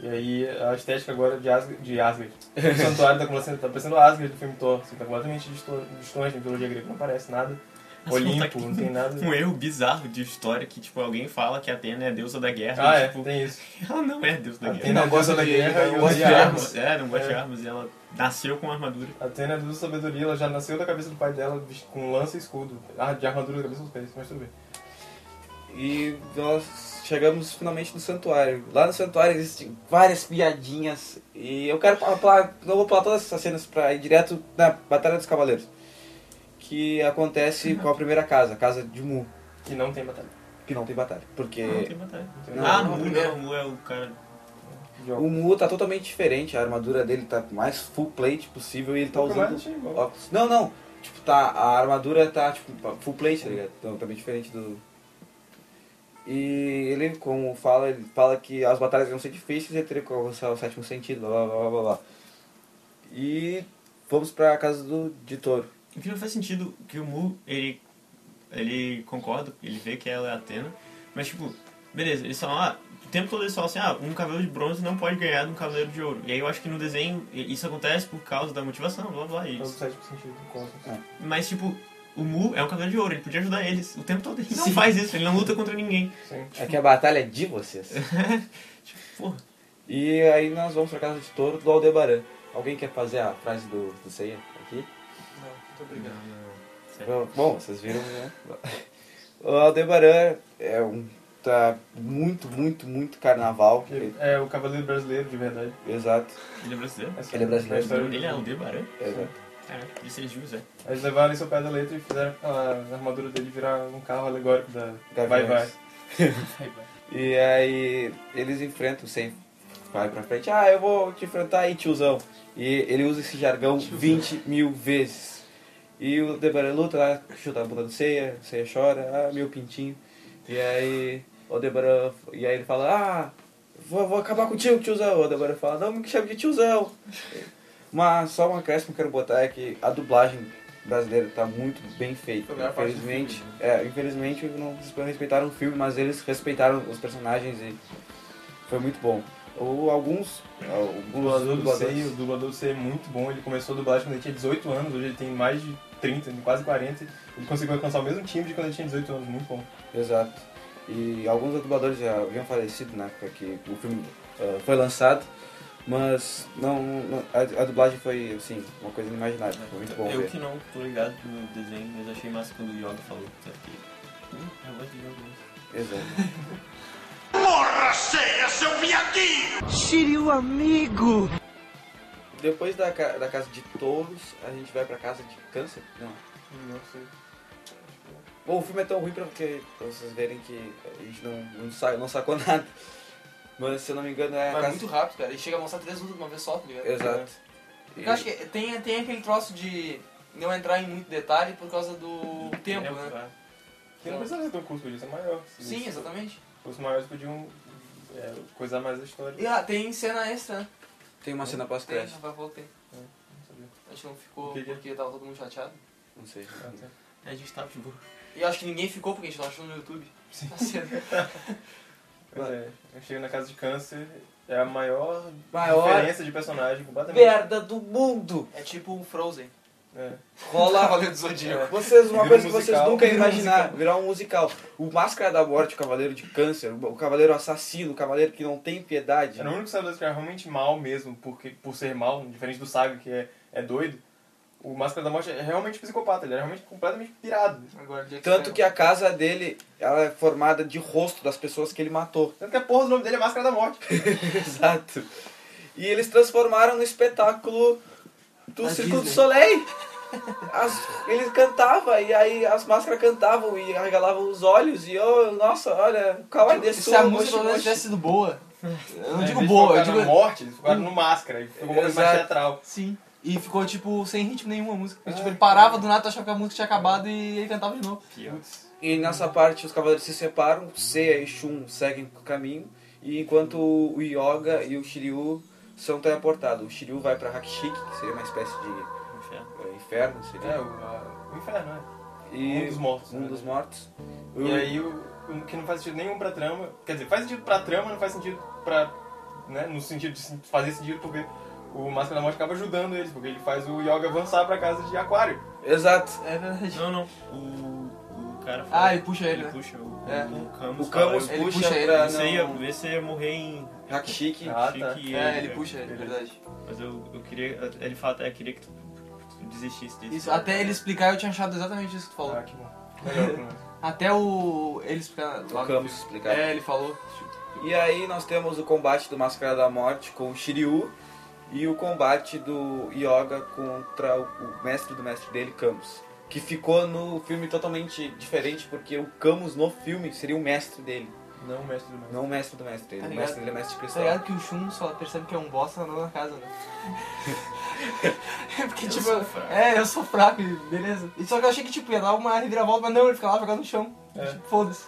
[SPEAKER 1] E aí a estética agora de Asgard. De Asgard. O santuário tá, parecendo, tá parecendo Asgard do filme Thor. Assim, tá completamente disto- distante da mitologia grega, não parece nada.
[SPEAKER 4] Nossa, tá aqui.
[SPEAKER 1] Olimpo, não tem nada.
[SPEAKER 4] Um erro bizarro de história que, tipo, alguém fala que Atena é a deusa da guerra.
[SPEAKER 1] Ah,
[SPEAKER 4] e,
[SPEAKER 1] é,
[SPEAKER 4] tipo,
[SPEAKER 1] tem isso.
[SPEAKER 4] Ela não é a deusa da guerra.
[SPEAKER 1] Atena é a deusa da guerra e
[SPEAKER 3] não
[SPEAKER 1] o
[SPEAKER 3] gosta
[SPEAKER 1] de
[SPEAKER 3] de
[SPEAKER 1] armas.
[SPEAKER 4] É, não gosta de
[SPEAKER 1] É.
[SPEAKER 4] armas e ela nasceu com armadura.
[SPEAKER 1] Atena é do sabedoria, ela já nasceu da cabeça do pai dela vesti- com lança e escudo. Ah, de armadura da cabeça dos pés, mas tudo bem.
[SPEAKER 3] E nós chegamos finalmente no santuário. Lá no santuário existem várias piadinhas. E eu quero falar, não vou falar todas essas cenas pra ir direto na Batalha dos Cavaleiros. Que acontece com a primeira casa, a casa de Mu,
[SPEAKER 1] E não tem batalha.
[SPEAKER 3] que não tem batalha. Porque
[SPEAKER 4] Não tem batalha.
[SPEAKER 1] Não,
[SPEAKER 4] ah,
[SPEAKER 3] É. não,
[SPEAKER 4] Mu,
[SPEAKER 3] primeiro.
[SPEAKER 4] não. Mu é o cara.
[SPEAKER 3] o Mu tá totalmente diferente, a armadura dele tá mais full plate possível e ele tá usando óculos. Não, não. Tipo, tá, a armadura tá tipo, full plate, tá ligado? Então, tá bem diferente do. E ele, como fala, ele fala que as batalhas iam ser difíceis e ele teria que alcançar o sétimo sentido, blá blá blá blá blá. E vamos pra casa do de touro.
[SPEAKER 4] O que não faz sentido que o Mu, ele, ele concorda, ele vê que ela é Atena, mas tipo, beleza, eles falam, ah, o tempo todo eles falam assim, ah, um cavaleiro de bronze não pode ganhar de um cavaleiro de ouro. E aí eu acho que no desenho e- isso acontece por causa da motivação, blá blá, e
[SPEAKER 1] Todo o
[SPEAKER 4] eles.
[SPEAKER 1] sétimo sentido do cosmos.
[SPEAKER 4] Mas tipo, o Mu é um cavaleiro de ouro, ele podia ajudar eles o tempo todo. Ele não faz isso, ele não luta contra ninguém.
[SPEAKER 1] Sim.
[SPEAKER 3] É que a batalha é de vocês.
[SPEAKER 4] Tipo, porra.
[SPEAKER 3] E aí nós vamos pra casa de touro do Aldebaran. Alguém quer fazer a frase do, do Seiya aqui?
[SPEAKER 2] Não, muito obrigado.
[SPEAKER 3] Bom, Bom, vocês viram, né? O Aldebaran é um. tá muito, muito, muito carnaval.
[SPEAKER 1] Ele É o cavaleiro brasileiro, de verdade.
[SPEAKER 3] Exato.
[SPEAKER 4] Ele é brasileiro?
[SPEAKER 1] Essa
[SPEAKER 3] Ele é brasileiro.
[SPEAKER 1] a história
[SPEAKER 4] Ele é o Debaran?
[SPEAKER 3] exato.
[SPEAKER 4] Caraca, disse ele José.
[SPEAKER 1] Eles levaram isso ao pé da letra e fizeram a armadura dele virar um carro alegórico da Vai
[SPEAKER 3] Gaviões.
[SPEAKER 1] Vai.
[SPEAKER 3] E aí eles enfrentam sem vai pra frente. Ah, eu vou te enfrentar aí, tiozão. E ele usa esse jargão 20 mil vezes. E o Aldebaran luta, lá, chuta a bunda do Seiya, o Seiya chora, ah, meu pintinho. E aí o Aldebaran, e aí ele fala, ah, vou, vou acabar contigo, tiozão. O Aldebaran fala, não me chame de tiozão. Mas só uma crescima que eu quero botar é que a dublagem brasileira tá muito bem feita.
[SPEAKER 2] Foi a melhor parte do né?
[SPEAKER 3] Infelizmente, é, infelizmente não respeitaram o filme, mas eles respeitaram os personagens e foi muito bom. Ou alguns,
[SPEAKER 1] O
[SPEAKER 3] alguns
[SPEAKER 1] dublador do
[SPEAKER 3] dubladores-
[SPEAKER 1] Sei, o dublador do Sei é muito bom. Ele começou a dublagem quando ele tinha 18 anos, hoje ele tem mais de 30, quase 40. Ele conseguiu alcançar o mesmo time de quando ele tinha 18 anos, muito bom.
[SPEAKER 3] Exato. E alguns dos dubladores já haviam falecido na época que o filme ah, foi lançado, mas não, não- a, a dublagem foi assim, uma coisa inimaginável, foi muito bom
[SPEAKER 4] eu
[SPEAKER 3] ver.
[SPEAKER 4] que não tô ligado no desenho, mas achei massa quando o Yoga falou. Sabe? que, Hum, eu gosto de Yoga. né?
[SPEAKER 3] Exato.
[SPEAKER 7] Morra, ceia, seu viadinho! Shiryu amigo!
[SPEAKER 3] Depois da, ca- da casa de touros, a gente vai pra casa de câncer? Não.
[SPEAKER 1] Não sei.
[SPEAKER 3] Bom, o filme é tão ruim pra, que, pra vocês verem que a gente não, não, sa- não sacou nada. Mas se eu não me engano é a
[SPEAKER 2] Mas é
[SPEAKER 3] casa
[SPEAKER 2] muito rápido, cara. Ele chega a mostrar três lutas de uma vez só, tá ligado?
[SPEAKER 3] Exato.
[SPEAKER 2] Porque Eu acho que tem, tem aquele troço de não entrar em muito detalhe por causa do tempo, né?
[SPEAKER 4] é.
[SPEAKER 1] Porque não precisava ser tão curto, podia ser maior. Se
[SPEAKER 2] Sim,
[SPEAKER 1] eles
[SPEAKER 2] exatamente.
[SPEAKER 1] fossem maiores, podiam é, coisar mais a história.
[SPEAKER 2] E ah, tem cena extra, né?
[SPEAKER 3] Tem uma cena
[SPEAKER 2] Tem,
[SPEAKER 3] pós-crédito.
[SPEAKER 2] Rafael falou que tem.
[SPEAKER 1] Não sabia.
[SPEAKER 2] A gente não ficou
[SPEAKER 1] O que que é?
[SPEAKER 2] porque tava todo mundo chateado.
[SPEAKER 3] Não sei.
[SPEAKER 1] Ah, tá.
[SPEAKER 4] A gente tava é, de boa.
[SPEAKER 2] E eu acho que ninguém ficou porque a gente não achou no YouTube. Sim.
[SPEAKER 1] Pois é, eu chego na casa de câncer, é a maior,
[SPEAKER 3] Maior
[SPEAKER 1] diferença de personagem, completamente.
[SPEAKER 3] merda do mundo!
[SPEAKER 2] É tipo um Frozen.
[SPEAKER 1] É.
[SPEAKER 3] Rola
[SPEAKER 2] Cavaleiro do Zodíaco.
[SPEAKER 3] Vocês, uma
[SPEAKER 1] Vira
[SPEAKER 3] coisa
[SPEAKER 1] um
[SPEAKER 3] que vocês
[SPEAKER 1] musical.
[SPEAKER 3] nunca iam
[SPEAKER 1] Vira um
[SPEAKER 3] imaginar, virar um musical. O Máscara da Morte, o Cavaleiro de Câncer, o Cavaleiro Assassino, o Cavaleiro que não tem piedade.
[SPEAKER 1] Era o É único Sailor que era realmente mal mesmo, porque, por ser mal, diferente do Saga, que é, é doido. O Máscara da Morte é realmente psicopata, ele é realmente completamente pirado.
[SPEAKER 2] É. Agora, Jack
[SPEAKER 3] Tanto
[SPEAKER 2] Sparrow.
[SPEAKER 3] que a casa dele, ela é formada de rosto das pessoas que ele matou.
[SPEAKER 1] Tanto que a porra do nome dele é Máscara da Morte.
[SPEAKER 3] Exato. E eles transformaram no espetáculo do
[SPEAKER 2] Da
[SPEAKER 3] Circo
[SPEAKER 2] Disney.
[SPEAKER 3] do Soleil. As- eles cantavam, e aí as máscaras cantavam e arregalavam os olhos, e oh, nossa, olha, kawaii desse
[SPEAKER 2] Se é a música pelo menos tivesse sido boa. Eu não
[SPEAKER 1] Aí,
[SPEAKER 2] digo
[SPEAKER 1] eles
[SPEAKER 2] boa, eu
[SPEAKER 1] focaram
[SPEAKER 2] digo.
[SPEAKER 1] na morte, eles ficaram no máscara. e Ficou uma coisa mais
[SPEAKER 2] Exato.
[SPEAKER 1] teatral.
[SPEAKER 2] Sim. E ficou, tipo, sem ritmo nenhum a música. tipo, ele parava do nada, achava que a música tinha acabado e ele cantava de novo.
[SPEAKER 3] E nessa parte os cavaleiros se separam, Seiya e Shun seguem o caminho, e enquanto o Yoga e o Shiryu são teleportados. O Shiryu vai pra Hakushiki, que seria uma espécie de
[SPEAKER 4] Inferno.
[SPEAKER 3] eh, inferno,
[SPEAKER 1] É,
[SPEAKER 3] seria.
[SPEAKER 1] o, a- o inferno, né?
[SPEAKER 3] e
[SPEAKER 1] um dos mortos,
[SPEAKER 3] Um
[SPEAKER 1] né?
[SPEAKER 3] dos mortos.
[SPEAKER 1] E aí, o, o que não faz sentido nenhum pra trama. Quer dizer, faz sentido pra trama, não faz sentido pra. Né, no sentido de se- fazer sentido, porque o Máscara da Morte acaba ajudando eles, porque ele faz o Yoga avançar pra casa de Aquário.
[SPEAKER 3] Exato.
[SPEAKER 2] É verdade.
[SPEAKER 4] Não, não. O, o cara
[SPEAKER 2] Ah, ele puxa ele,
[SPEAKER 4] Ele
[SPEAKER 2] né?
[SPEAKER 4] puxa o,
[SPEAKER 2] É.
[SPEAKER 4] o Camus.
[SPEAKER 3] O Camus
[SPEAKER 2] Ele
[SPEAKER 3] puxa,
[SPEAKER 2] puxa ele,
[SPEAKER 3] pra
[SPEAKER 4] Esse
[SPEAKER 3] não-
[SPEAKER 4] aí, ia- esse aí ia morrer em.
[SPEAKER 3] Hakushiki.
[SPEAKER 1] Ah, tá.
[SPEAKER 4] Chique e
[SPEAKER 2] É, ele
[SPEAKER 4] cara.
[SPEAKER 2] puxa ele, é verdade.
[SPEAKER 4] Mas eu, eu queria. Ele fala até, eu queria que tu, tu desistisse disso.
[SPEAKER 2] Isso, até ele explicar, eu tinha achado exatamente isso que tu falou.
[SPEAKER 3] É.
[SPEAKER 1] Ah, que bom. Melhor, pelo menos.
[SPEAKER 2] Até o. Ele explicar. lá
[SPEAKER 3] O
[SPEAKER 2] no
[SPEAKER 3] Camus
[SPEAKER 2] filme.
[SPEAKER 3] explicar.
[SPEAKER 2] É, ele falou.
[SPEAKER 3] E aí nós temos o combate do Máscara da Morte com o Shiryu e o combate do Yoga contra o, o mestre do mestre dele, Camus. Que ficou no filme totalmente diferente, porque o Camus no filme seria o mestre dele,
[SPEAKER 1] Não, mestre do mestre.
[SPEAKER 3] não o mestre do mestre dele.
[SPEAKER 2] Tá
[SPEAKER 3] o
[SPEAKER 2] ligado?
[SPEAKER 3] mestre dele é mestre de
[SPEAKER 2] Tá
[SPEAKER 3] cristal.
[SPEAKER 2] ligado que o Shun só percebe que é um bosta andando na casa, né? É porque, tipo,
[SPEAKER 4] sou fraco.
[SPEAKER 2] é, eu sou fraco, e beleza. E só que eu achei que, tipo, ia dar uma reviravolta, mas não, ele ficava lá jogado no chão.
[SPEAKER 1] É.
[SPEAKER 2] Tipo, foda-se.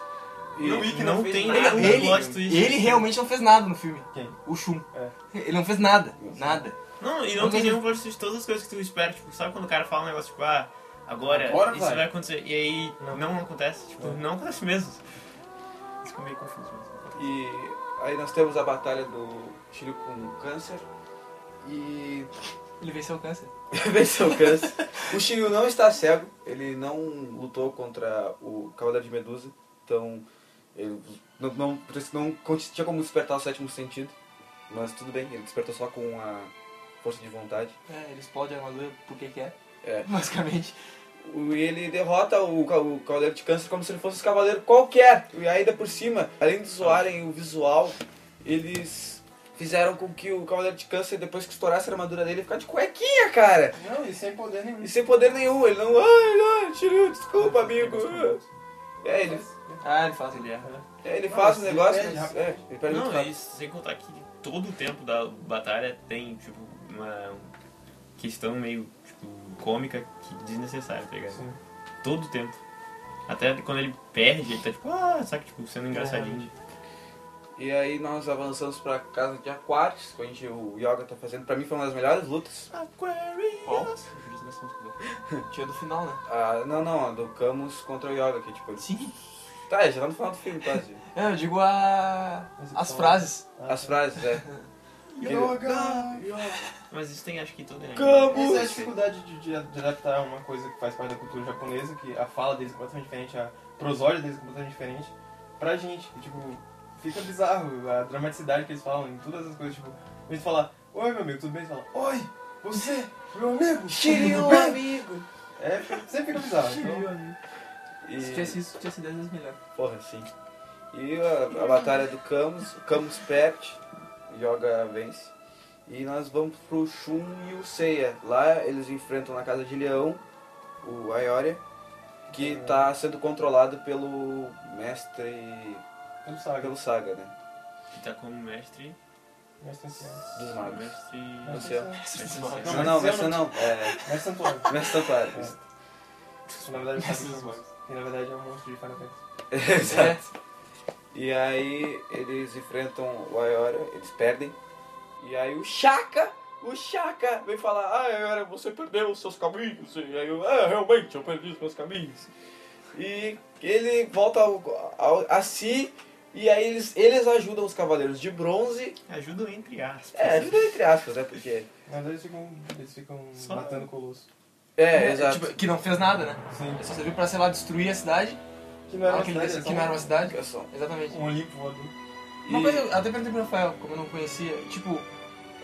[SPEAKER 1] E o Ikki
[SPEAKER 4] não
[SPEAKER 1] fez
[SPEAKER 4] tem
[SPEAKER 1] nada.
[SPEAKER 4] nenhum
[SPEAKER 2] Ele-
[SPEAKER 4] plot twist.
[SPEAKER 2] Ele realmente não fez nada no filme.
[SPEAKER 1] Quem?
[SPEAKER 2] O Shun.
[SPEAKER 1] É.
[SPEAKER 2] Ele não fez nada. Nada.
[SPEAKER 4] Não, e
[SPEAKER 2] Não
[SPEAKER 4] não tem
[SPEAKER 2] tem-
[SPEAKER 4] nenhum plot twist. Todas as coisas que tu espera, tipo, sabe quando o cara fala um negócio tipo, ah, agora,
[SPEAKER 1] Agora
[SPEAKER 4] isso
[SPEAKER 1] vai.
[SPEAKER 4] vai. acontecer. E aí não, acontece. Tipo,
[SPEAKER 1] É.
[SPEAKER 4] não acontece mesmo. Isso ficou meio confuso mesmo.
[SPEAKER 3] E aí nós temos a batalha do Shiryu com o câncer. E
[SPEAKER 2] Ele venceu o câncer.
[SPEAKER 3] venceu o câncer. O Shiryu não está cego, ele não lutou contra o Cavaleiro de Medusa, então ele não, não, por isso não con- tinha como despertar o sétimo sentido, mas tudo bem, ele despertou só com a força de vontade.
[SPEAKER 2] É, ele explode a armadura porque quer.
[SPEAKER 3] É.
[SPEAKER 2] Basicamente.
[SPEAKER 3] O- E ele derrota o, ca- o Cavaleiro de Câncer como se ele fosse um cavaleiro qualquer, e ainda por cima, além de zoarem o visual, eles fizeram com que o Cavaleiro de Câncer, depois que estourasse a armadura dele, ficasse de cuequinha, cara!
[SPEAKER 1] Não, e sem poder nenhum.
[SPEAKER 3] E sem poder nenhum, ele não. Ai, não, Shiryu, desculpa, amigo. É, ele,
[SPEAKER 2] Ah, ele faz.
[SPEAKER 4] Ele erra.
[SPEAKER 3] é, ele
[SPEAKER 1] Não,
[SPEAKER 3] faz o
[SPEAKER 1] Ah, mas ele
[SPEAKER 3] negócio,
[SPEAKER 1] perde
[SPEAKER 3] mas.
[SPEAKER 1] rápido.
[SPEAKER 3] É, ele perde muito
[SPEAKER 4] Não,
[SPEAKER 3] rápido.
[SPEAKER 4] e sem contar que todo o tempo da batalha tem, tipo, uma questão meio, tipo, cômica que desnecessária, tá ligado?
[SPEAKER 1] Sim.
[SPEAKER 4] Todo o tempo. Até quando ele perde, ele tá tipo, ah, sabe, tipo, sendo engraçadinho.
[SPEAKER 3] E aí nós avançamos pra casa de Aquarius, onde o Yoga tá fazendo. Pra mim foi uma das melhores lutas.
[SPEAKER 2] Tinha do final, né?
[SPEAKER 3] Ah, não, não, a do Camus contra o Yoga, que tipo. ele-
[SPEAKER 2] Sim.
[SPEAKER 3] Tá, já tá no final do filme, quase.
[SPEAKER 2] É, eu digo a. as frases.
[SPEAKER 3] As frases, é. Aquele-
[SPEAKER 4] Mas isso tem, acho que, em todo anime.
[SPEAKER 1] Essa é a dificuldade de, de- de adaptar uma coisa que faz parte da cultura japonesa, que a fala deles é completamente diferente, a prosódia deles é completamente diferente, pra gente. Que, tipo, fica bizarro a dramaticidade que eles falam em todas as coisas. Tipo, eles falam, oi meu amigo, tudo bem? Eles falam, oi, você, meu amigo, tudo bem?"
[SPEAKER 3] amigo!
[SPEAKER 1] É, fica- sempre fica bizarro. Então,
[SPEAKER 3] E,
[SPEAKER 2] Se tivesse isso, tivesse 10 vezes melhor.
[SPEAKER 3] porra, sim. E a, a batalha do Camus, o Camus perde, o Yoga vence. E nós vamos pro Shun e o Seiya. Lá eles enfrentam na casa de Leão, o Ayoria, que tá sendo controlado pelo mestre.
[SPEAKER 1] tudo sabe,
[SPEAKER 3] pelo Saga, né?
[SPEAKER 4] Que tá como mestre.
[SPEAKER 1] mestre Santuário.
[SPEAKER 3] Dos magos.
[SPEAKER 4] Mestre.
[SPEAKER 3] Ancião.
[SPEAKER 4] Mestre-
[SPEAKER 3] Não, não, mestre não. É,
[SPEAKER 1] Mestre Santuário.
[SPEAKER 3] mestre Santuário.
[SPEAKER 1] Na verdade, é o Santuário dos Magos, que na verdade é um monstro de Final Fantasy.
[SPEAKER 3] Exato. E aí eles enfrentam o Ayora, eles perdem. E aí o Chaka, o Chaka vem falar, ah Ayora, você perdeu os seus caminhos. E aí eu, ah, realmente, eu perdi os meus caminhos. E ele volta ao, ao- a si, e aí eles, eles ajudam os Cavaleiros de Bronze.
[SPEAKER 4] Ajuda É, entre aspas.
[SPEAKER 3] É, ajuda entre aspas, né? Porque...
[SPEAKER 1] Na verdade, eles ficam, eles ficam
[SPEAKER 4] Só-
[SPEAKER 1] matando o Colosso.
[SPEAKER 3] É, exato.
[SPEAKER 2] Tipo, que não fez nada, né?
[SPEAKER 1] Sim.
[SPEAKER 2] Ele só serviu pra, sei lá, destruir a cidade.
[SPEAKER 1] Que não era uma
[SPEAKER 2] aquele
[SPEAKER 1] É, cidade,
[SPEAKER 2] desenho Ah,
[SPEAKER 1] era só
[SPEAKER 2] que não era uma cidade.
[SPEAKER 3] É só-
[SPEAKER 2] Exatamente.
[SPEAKER 1] um Olimpo voador.
[SPEAKER 2] Uma
[SPEAKER 3] E-
[SPEAKER 2] coisa, eu até eh, perguntei pro Rafael, como eu não conhecia, tipo,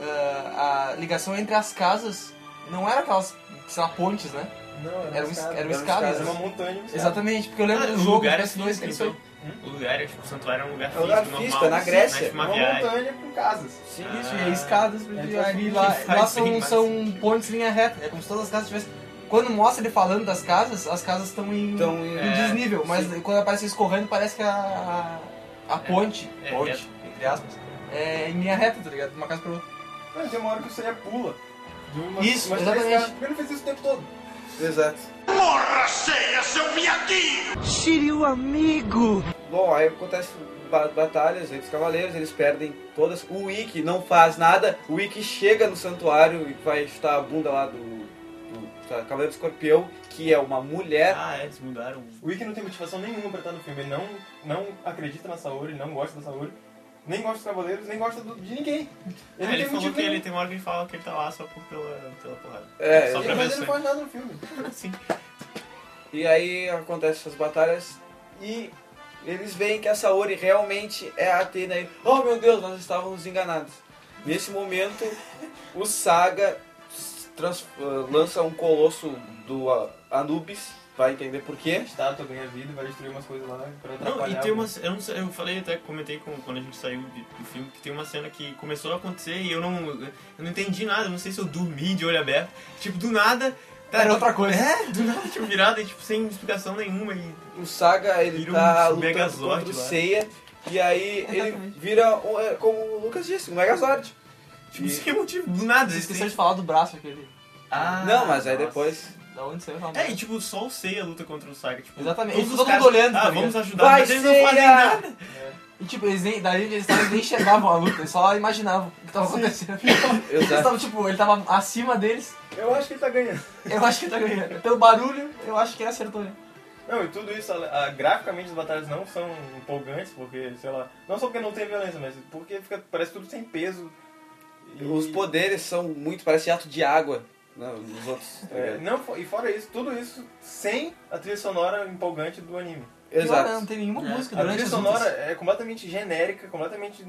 [SPEAKER 2] ah, a ligação entre as casas Não era aquelas, sei lá, pontes, né?
[SPEAKER 8] Não,
[SPEAKER 2] Era um
[SPEAKER 8] um
[SPEAKER 2] es-
[SPEAKER 8] escada.
[SPEAKER 2] era um
[SPEAKER 8] Era um
[SPEAKER 2] escada,
[SPEAKER 8] escada,
[SPEAKER 2] né?
[SPEAKER 8] era uma montanha.
[SPEAKER 2] Exatamente, porque eu lembro
[SPEAKER 6] Ah,
[SPEAKER 2] do
[SPEAKER 6] o
[SPEAKER 2] jogo do
[SPEAKER 6] lugar é
[SPEAKER 2] PS2 que eles
[SPEAKER 4] então.
[SPEAKER 6] físico,
[SPEAKER 2] foram.
[SPEAKER 4] Hum?
[SPEAKER 6] O lugar, é, tipo, o santuário é um lugar
[SPEAKER 8] É um lugar
[SPEAKER 6] físico,
[SPEAKER 3] físico, é
[SPEAKER 6] normal.
[SPEAKER 3] na
[SPEAKER 4] assim, tipo,
[SPEAKER 3] Grécia.
[SPEAKER 6] Uma
[SPEAKER 8] Uma
[SPEAKER 6] viagem.
[SPEAKER 8] montanha com casas.
[SPEAKER 4] É,
[SPEAKER 2] Sim,
[SPEAKER 6] Ah.
[SPEAKER 2] isso, é e aí escadas,
[SPEAKER 8] Ele
[SPEAKER 2] e
[SPEAKER 8] tá
[SPEAKER 2] aí
[SPEAKER 8] subindo.
[SPEAKER 2] lá,
[SPEAKER 6] Ele faz
[SPEAKER 2] lá
[SPEAKER 6] bem
[SPEAKER 2] são,
[SPEAKER 6] mais assim.
[SPEAKER 2] são
[SPEAKER 6] sentido.
[SPEAKER 2] pontes em linha reta. É como se todas as casas tivessem. Quando mostra ele falando das casas, as casas estão em,
[SPEAKER 3] Então,
[SPEAKER 2] em
[SPEAKER 6] é,
[SPEAKER 3] é,
[SPEAKER 2] Um desnível, mas quando aparece eles correndo, parece que é a, a, a ponte,
[SPEAKER 6] é
[SPEAKER 2] ponte,
[SPEAKER 6] reto.
[SPEAKER 2] entre aspas, é em linha reta, tá ligado? De uma casa pra outra.
[SPEAKER 8] Mas tem uma hora que você pula. De uma,
[SPEAKER 2] Isso,
[SPEAKER 8] umas
[SPEAKER 2] exatamente.
[SPEAKER 8] três casas. Porque ele fez isso o tempo todo.
[SPEAKER 3] Exato.
[SPEAKER 7] Morraceia, seu viadinho! Shiryu amigo!
[SPEAKER 3] Bom, aí acontece ba- batalhas entre os cavaleiros, eles perdem todas. O Wiki não faz nada, o Wiki chega no santuário e vai chutar a bunda lá do, do tá, Cavaleiro Escorpião, que é uma mulher.
[SPEAKER 4] Ah, é, eles mudaram.
[SPEAKER 1] O Wiki não tem motivação nenhuma pra estar no filme. Ele não, não acredita na Saori, ele não gosta da Saori, nem gosta dos Cavaleiros, nem gosta do- de ninguém.
[SPEAKER 4] É,
[SPEAKER 1] Ele, não
[SPEAKER 4] ele
[SPEAKER 1] tem
[SPEAKER 4] falou
[SPEAKER 1] motivo
[SPEAKER 4] que
[SPEAKER 1] nenhum.
[SPEAKER 4] ele tem uma hora que ele fala que ele tá lá só por, pela, pela porrada.
[SPEAKER 3] É,
[SPEAKER 4] Só pra ver
[SPEAKER 1] Mas ele não
[SPEAKER 4] sangue.
[SPEAKER 1] faz nada no filme.
[SPEAKER 4] Assim.
[SPEAKER 3] E aí acontecem essas batalhas e eles veem que a Saori realmente é a Atena. E, oh meu Deus, nós estávamos enganados. Nesse momento, o Saga s- trans- ah, lança um colosso do ah, Anubis, vai entender por
[SPEAKER 1] A
[SPEAKER 3] quê.
[SPEAKER 1] estátua ganha vida e vai destruir umas coisas lá pra
[SPEAKER 4] Não,
[SPEAKER 1] atrapalhar.
[SPEAKER 4] e tem
[SPEAKER 1] o-
[SPEAKER 4] umas. Eu, não sei, eu falei até, comentei com, quando a gente saiu de- do filme, que tem uma cena que começou a acontecer e eu não. Eu não entendi nada, eu não sei se eu dormi de olho aberto. Tipo, do nada. tá,
[SPEAKER 2] Era
[SPEAKER 4] tipo,
[SPEAKER 2] outra coisa.
[SPEAKER 4] É, do nada, tipo, virada, e, tipo, sem explicação nenhuma. E
[SPEAKER 3] O Saga ele
[SPEAKER 4] Vira um
[SPEAKER 3] tá lutando
[SPEAKER 4] Megazord
[SPEAKER 3] contra o
[SPEAKER 4] lá.
[SPEAKER 3] Seiya e aí ele vira, um- é, como o Lucas disse, um Megazord.
[SPEAKER 4] Tipo,
[SPEAKER 3] E-
[SPEAKER 4] sem motivo, do nada.
[SPEAKER 2] Você esqueceu
[SPEAKER 4] assim.
[SPEAKER 2] de falar do braço aquele.
[SPEAKER 4] Ah,
[SPEAKER 3] não, mas aí
[SPEAKER 4] nossa.
[SPEAKER 3] depois.
[SPEAKER 2] Da onde saiu o
[SPEAKER 4] É, e tipo, só o Seiya luta contra o Saga. Tipo,
[SPEAKER 2] Exatamente. E
[SPEAKER 4] todos os
[SPEAKER 2] todo
[SPEAKER 4] caras,
[SPEAKER 2] mundo olhando,
[SPEAKER 4] Ah,
[SPEAKER 2] tá
[SPEAKER 4] vamos
[SPEAKER 2] ligado?
[SPEAKER 4] ajudar,
[SPEAKER 3] Vai,
[SPEAKER 4] mas eles não fazem
[SPEAKER 3] Seiya!
[SPEAKER 4] nada.
[SPEAKER 2] E tipo, eles nem, daí eles estavam- nem enxergavam a luta, eles só imaginavam o que tava acontecendo. Eles
[SPEAKER 3] Exato.
[SPEAKER 2] estavam, tipo, ele tava acima deles,
[SPEAKER 1] Ah. Eu acho que ele tá ganhando.
[SPEAKER 2] eu acho que ele tá ganhando. Pelo barulho, eu acho que ele acertou. né?
[SPEAKER 1] Não, e tudo isso, a- a- graficamente as batalhas não são empolgantes, porque, sei lá, não só porque não tem violência, mas porque fica, parece tudo sem peso. E-
[SPEAKER 3] Os poderes são muito, parece jato de água. Não, os outros. tá
[SPEAKER 1] É,
[SPEAKER 3] ligado?
[SPEAKER 1] não, fo- e fora isso, tudo isso sem a trilha sonora empolgante do anime.
[SPEAKER 2] Pior, né?
[SPEAKER 3] Exato.
[SPEAKER 2] Não tem nenhuma música
[SPEAKER 1] A
[SPEAKER 2] durante
[SPEAKER 1] trilha
[SPEAKER 2] as
[SPEAKER 1] sonora
[SPEAKER 2] lutas.
[SPEAKER 1] é completamente genérica, completamente.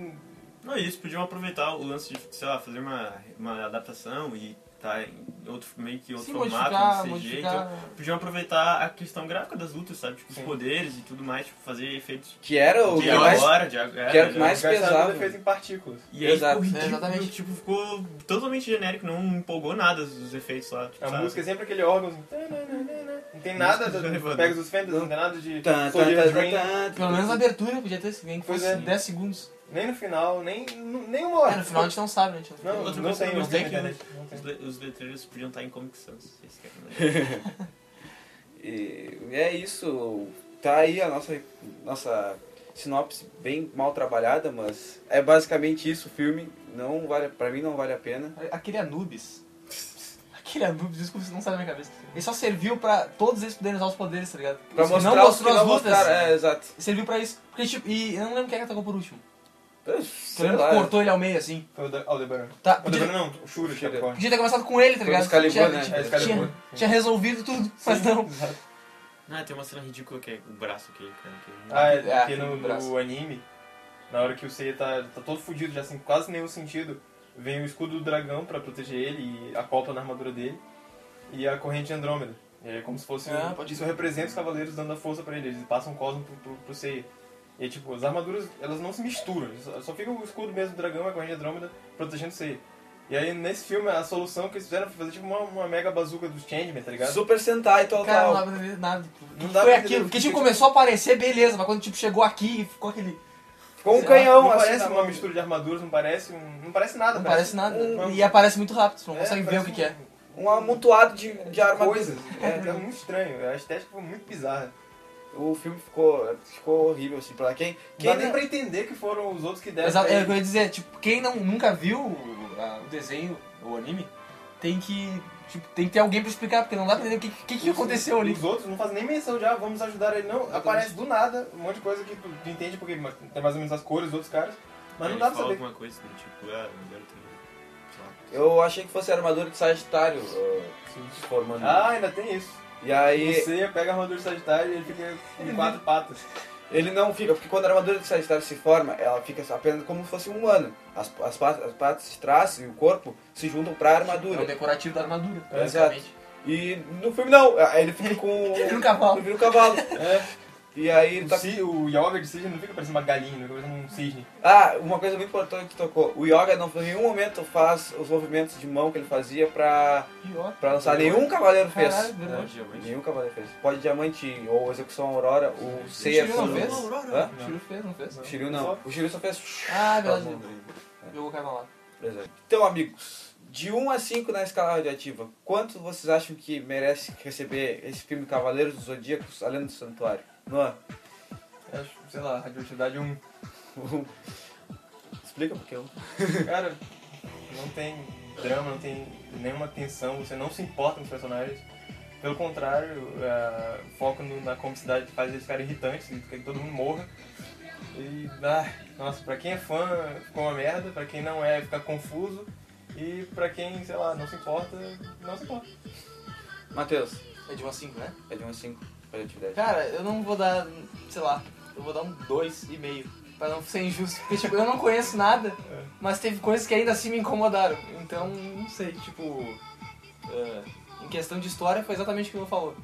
[SPEAKER 4] Não, e eles podiam aproveitar o lance de, sei lá, fazer uma, uma adaptação e tá em outro, meio que outro
[SPEAKER 2] Sim,
[SPEAKER 4] formato,
[SPEAKER 2] modificar,
[SPEAKER 4] de CG. Então,
[SPEAKER 2] modificar.
[SPEAKER 4] podiam aproveitar a questão gráfica das lutas, sabe? Tipo,
[SPEAKER 1] Sim.
[SPEAKER 4] os poderes e tudo mais, tipo, fazer efeitos
[SPEAKER 3] Que era É, o
[SPEAKER 4] de
[SPEAKER 3] que mais
[SPEAKER 4] agora, de agora.
[SPEAKER 3] que era o que
[SPEAKER 4] né?
[SPEAKER 3] mais
[SPEAKER 1] gastaram
[SPEAKER 3] pesava.
[SPEAKER 1] tudo é feito em partículas.
[SPEAKER 4] E aí,
[SPEAKER 3] Exato.
[SPEAKER 4] ficou ridículo,
[SPEAKER 2] É, exatamente.
[SPEAKER 4] tipo, ficou totalmente genérico, não empolgou nada os os efeitos lá. Tipo,
[SPEAKER 1] A
[SPEAKER 4] sabe?
[SPEAKER 1] música é sempre aquele órgão assim. Não tem nada
[SPEAKER 4] Música
[SPEAKER 1] do
[SPEAKER 4] relevante.
[SPEAKER 1] Pegasus Fantasy, não tem nada de
[SPEAKER 3] Tan, tan,
[SPEAKER 1] Soldier's
[SPEAKER 3] tan,
[SPEAKER 1] Dream,
[SPEAKER 3] tan, tan.
[SPEAKER 2] Pelo menos na abertura podia ter, nem que
[SPEAKER 1] Pois
[SPEAKER 2] fosse
[SPEAKER 1] é.
[SPEAKER 2] 10 segundos.
[SPEAKER 1] nem no final, nem, nem uma hora.
[SPEAKER 2] É, no final a gente não sabe, né? gente?
[SPEAKER 1] Não,
[SPEAKER 4] Outra
[SPEAKER 1] não
[SPEAKER 4] coisa
[SPEAKER 1] tem,
[SPEAKER 4] que eu
[SPEAKER 1] não tem,
[SPEAKER 4] gostei
[SPEAKER 1] né?
[SPEAKER 4] que
[SPEAKER 1] Não tem.
[SPEAKER 4] Os, le- os letreiros podiam estar em Comic Sans, se vocês querem. né?
[SPEAKER 3] E é isso. Tá aí a nossa, nossa sinopse bem mal trabalhada, mas é basicamente isso o filme. Não vale, pra mim não vale a pena.
[SPEAKER 2] Aquele Anubis. Aquele Anubis, desculpa, você não sai da minha cabeça. Ele só serviu pra todos eles poderem usar os poderes, tá ligado?
[SPEAKER 3] Pra
[SPEAKER 2] Os que
[SPEAKER 3] mostrar
[SPEAKER 2] não
[SPEAKER 3] os que
[SPEAKER 2] mostrou as
[SPEAKER 3] não
[SPEAKER 2] lutas.
[SPEAKER 3] mostraram, É, exato.
[SPEAKER 2] Serviu pra isso. Porque, tipo, e eu não lembro quem é que atacou por último.
[SPEAKER 3] Eu
[SPEAKER 2] Eu
[SPEAKER 3] Sei
[SPEAKER 2] lembro
[SPEAKER 3] lá. é.
[SPEAKER 2] que cortou ele ao meio, assim.
[SPEAKER 1] Foi o da- Aldebaran.
[SPEAKER 2] Tá, podia,
[SPEAKER 1] Aldebaran não, o Shura, que é o corte.
[SPEAKER 2] podia ter começado com ele, tá
[SPEAKER 3] Foi
[SPEAKER 2] ligado?
[SPEAKER 3] o Excalibur,
[SPEAKER 2] tinha,
[SPEAKER 3] né?
[SPEAKER 2] tinha-
[SPEAKER 1] É, Excalibur.
[SPEAKER 2] tinha- tinha resolvido tudo, mas não.
[SPEAKER 4] ah, tem uma cena ridícula que é o braço aqui, cara. Que
[SPEAKER 1] Ah, é,
[SPEAKER 2] É,
[SPEAKER 1] porque no,
[SPEAKER 2] no braço.
[SPEAKER 1] no anime, na hora que o Seiya tá, tá todo fudido, já sem quase nenhum sentido, vem o escudo do dragão pra proteger ele e a copa na armadura dele e a corrente de Andrômeda. E aí é como se fosse.
[SPEAKER 2] Ah,
[SPEAKER 1] um-
[SPEAKER 2] pode
[SPEAKER 1] isso
[SPEAKER 2] crer.
[SPEAKER 1] representa os cavaleiros dando a força pra ele, eles passam o cosmo pro, pro, pro Seiya. E aí, tipo, as armaduras elas não se misturam, só, só fica o escudo mesmo do dragão e a corrente de Andrômeda protegendo o Seiya. E aí, nesse filme, a solução que eles fizeram foi fazer tipo uma, uma mega bazuca dos Changeman, tá ligado?
[SPEAKER 3] Super Sentai total.
[SPEAKER 2] Cara, não dá pra entender nada.
[SPEAKER 1] Não
[SPEAKER 2] Não
[SPEAKER 1] dá
[SPEAKER 2] foi aquilo.
[SPEAKER 1] pra entender.
[SPEAKER 2] Porque, tipo, começou a aparecer, beleza, mas quando, tipo, chegou aqui e ficou aquele...
[SPEAKER 3] Com
[SPEAKER 2] Sei
[SPEAKER 3] um
[SPEAKER 2] lá,
[SPEAKER 3] canhão,
[SPEAKER 1] não
[SPEAKER 3] assim,
[SPEAKER 1] parece
[SPEAKER 3] na
[SPEAKER 1] uma
[SPEAKER 3] mão.
[SPEAKER 1] mistura de armaduras, não parece, um, não parece nada.
[SPEAKER 2] Não parece nada.
[SPEAKER 1] um-
[SPEAKER 2] E aparece muito rápido, você não
[SPEAKER 1] É,
[SPEAKER 2] consegue ver o que,
[SPEAKER 1] parece
[SPEAKER 2] que é.
[SPEAKER 3] Um amontoado de, de armaduras.
[SPEAKER 1] Coisas. É, é muito estranho. A estética foi muito bizarra.
[SPEAKER 3] O filme ficou, ficou horrível, assim, pra quem.
[SPEAKER 1] Não
[SPEAKER 3] quem
[SPEAKER 1] dá nem
[SPEAKER 3] não-
[SPEAKER 1] pra entender que foram os outros que deram.
[SPEAKER 2] Exato,
[SPEAKER 1] pra
[SPEAKER 2] é o
[SPEAKER 1] ele.
[SPEAKER 2] que eu ia dizer, tipo, quem não, nunca viu ah, o desenho, o anime, tem que. Tipo, tem que ter alguém pra explicar, porque não dá pra entender o que, que, que aconteceu ali.
[SPEAKER 1] Os outros não fazem nem menção de, ah, vamos ajudar ele. Não, aparece do nada um monte de coisa que tu tu entende, porque ma- tem mais ou menos as cores dos outros caras. Mas não
[SPEAKER 4] ele
[SPEAKER 1] dá pra
[SPEAKER 4] fala
[SPEAKER 1] saber.
[SPEAKER 4] alguma coisa, né? tipo, ah, o garoto tem, sei lá,
[SPEAKER 3] Eu achei que fosse armadura de Sagitário ah, se formando.
[SPEAKER 1] Ah, ainda tem isso.
[SPEAKER 3] e aí.
[SPEAKER 1] Você pega a armadura de Sagitário e ele fica com quatro patas.
[SPEAKER 3] Ele não fica, porque quando a armadura de Sagitário se forma, ela fica apenas como se fosse um humano. As, as, pa- as partes de trás e o corpo se juntam pra
[SPEAKER 2] É o
[SPEAKER 3] armadura.
[SPEAKER 2] decorativo da armadura,
[SPEAKER 3] É,
[SPEAKER 2] basicamente.
[SPEAKER 3] E no filme não, aí ele fica com.
[SPEAKER 2] Ele no cavalo.
[SPEAKER 3] Ele vira um cavalo. E aí ele
[SPEAKER 1] O,
[SPEAKER 3] tá.
[SPEAKER 1] ci- o yoga de cisne não fica parecendo uma galinha, não fica parecendo um cisne.
[SPEAKER 3] Ah, uma coisa muito importante que tocou: o yoga não, em nenhum momento faz os movimentos de mão que ele fazia pra,
[SPEAKER 2] Pior.
[SPEAKER 3] pra lançar. Nenhum cavaleiro fez. É.
[SPEAKER 2] Caralho,
[SPEAKER 1] É.
[SPEAKER 2] verdade.
[SPEAKER 3] Nenhum cavaleiro fez. Pode diamante ou execução aurora, o é ceia
[SPEAKER 2] Shiryu não fez?
[SPEAKER 3] Hã?
[SPEAKER 2] O Shiryu fez, não fez?
[SPEAKER 3] O Shiryu não. O Shiryu só fez.
[SPEAKER 2] Ah, verdade. Jogou o cara lá.
[SPEAKER 3] Exato. Então, amigos, de 1 a 5 na escala radioativa, quanto vocês acham que merece receber esse filme Cavaleiros dos Zodíacos, Além do Santuário? Noah,
[SPEAKER 1] Eu Acho, sei lá, radioatividade um.
[SPEAKER 3] explica porque
[SPEAKER 2] um.
[SPEAKER 3] eu...
[SPEAKER 1] Cara, não tem drama, não tem nenhuma tensão, você não se importa com os personagens. Pelo contrário, é, o foco no- na comicidade faz eles ficarem irritantes, e que todo mundo morra. E, ah, nossa, pra quem é fã ficou uma merda, pra quem não é fica confuso, e pra quem, sei lá, não se importa, não se importa.
[SPEAKER 3] Matheus,
[SPEAKER 2] É de uma 5, né?
[SPEAKER 3] é de 1 a 5 radioatividade.
[SPEAKER 2] Cara, eu não vou dar, sei lá, eu vou dar um 2,5. Pra não ser injusto. Porque, tipo, eu não conheço nada, mas teve coisas que ainda assim me incomodaram. Então, não sei, tipo. eh, em questão de história, foi exatamente o que o meu falou.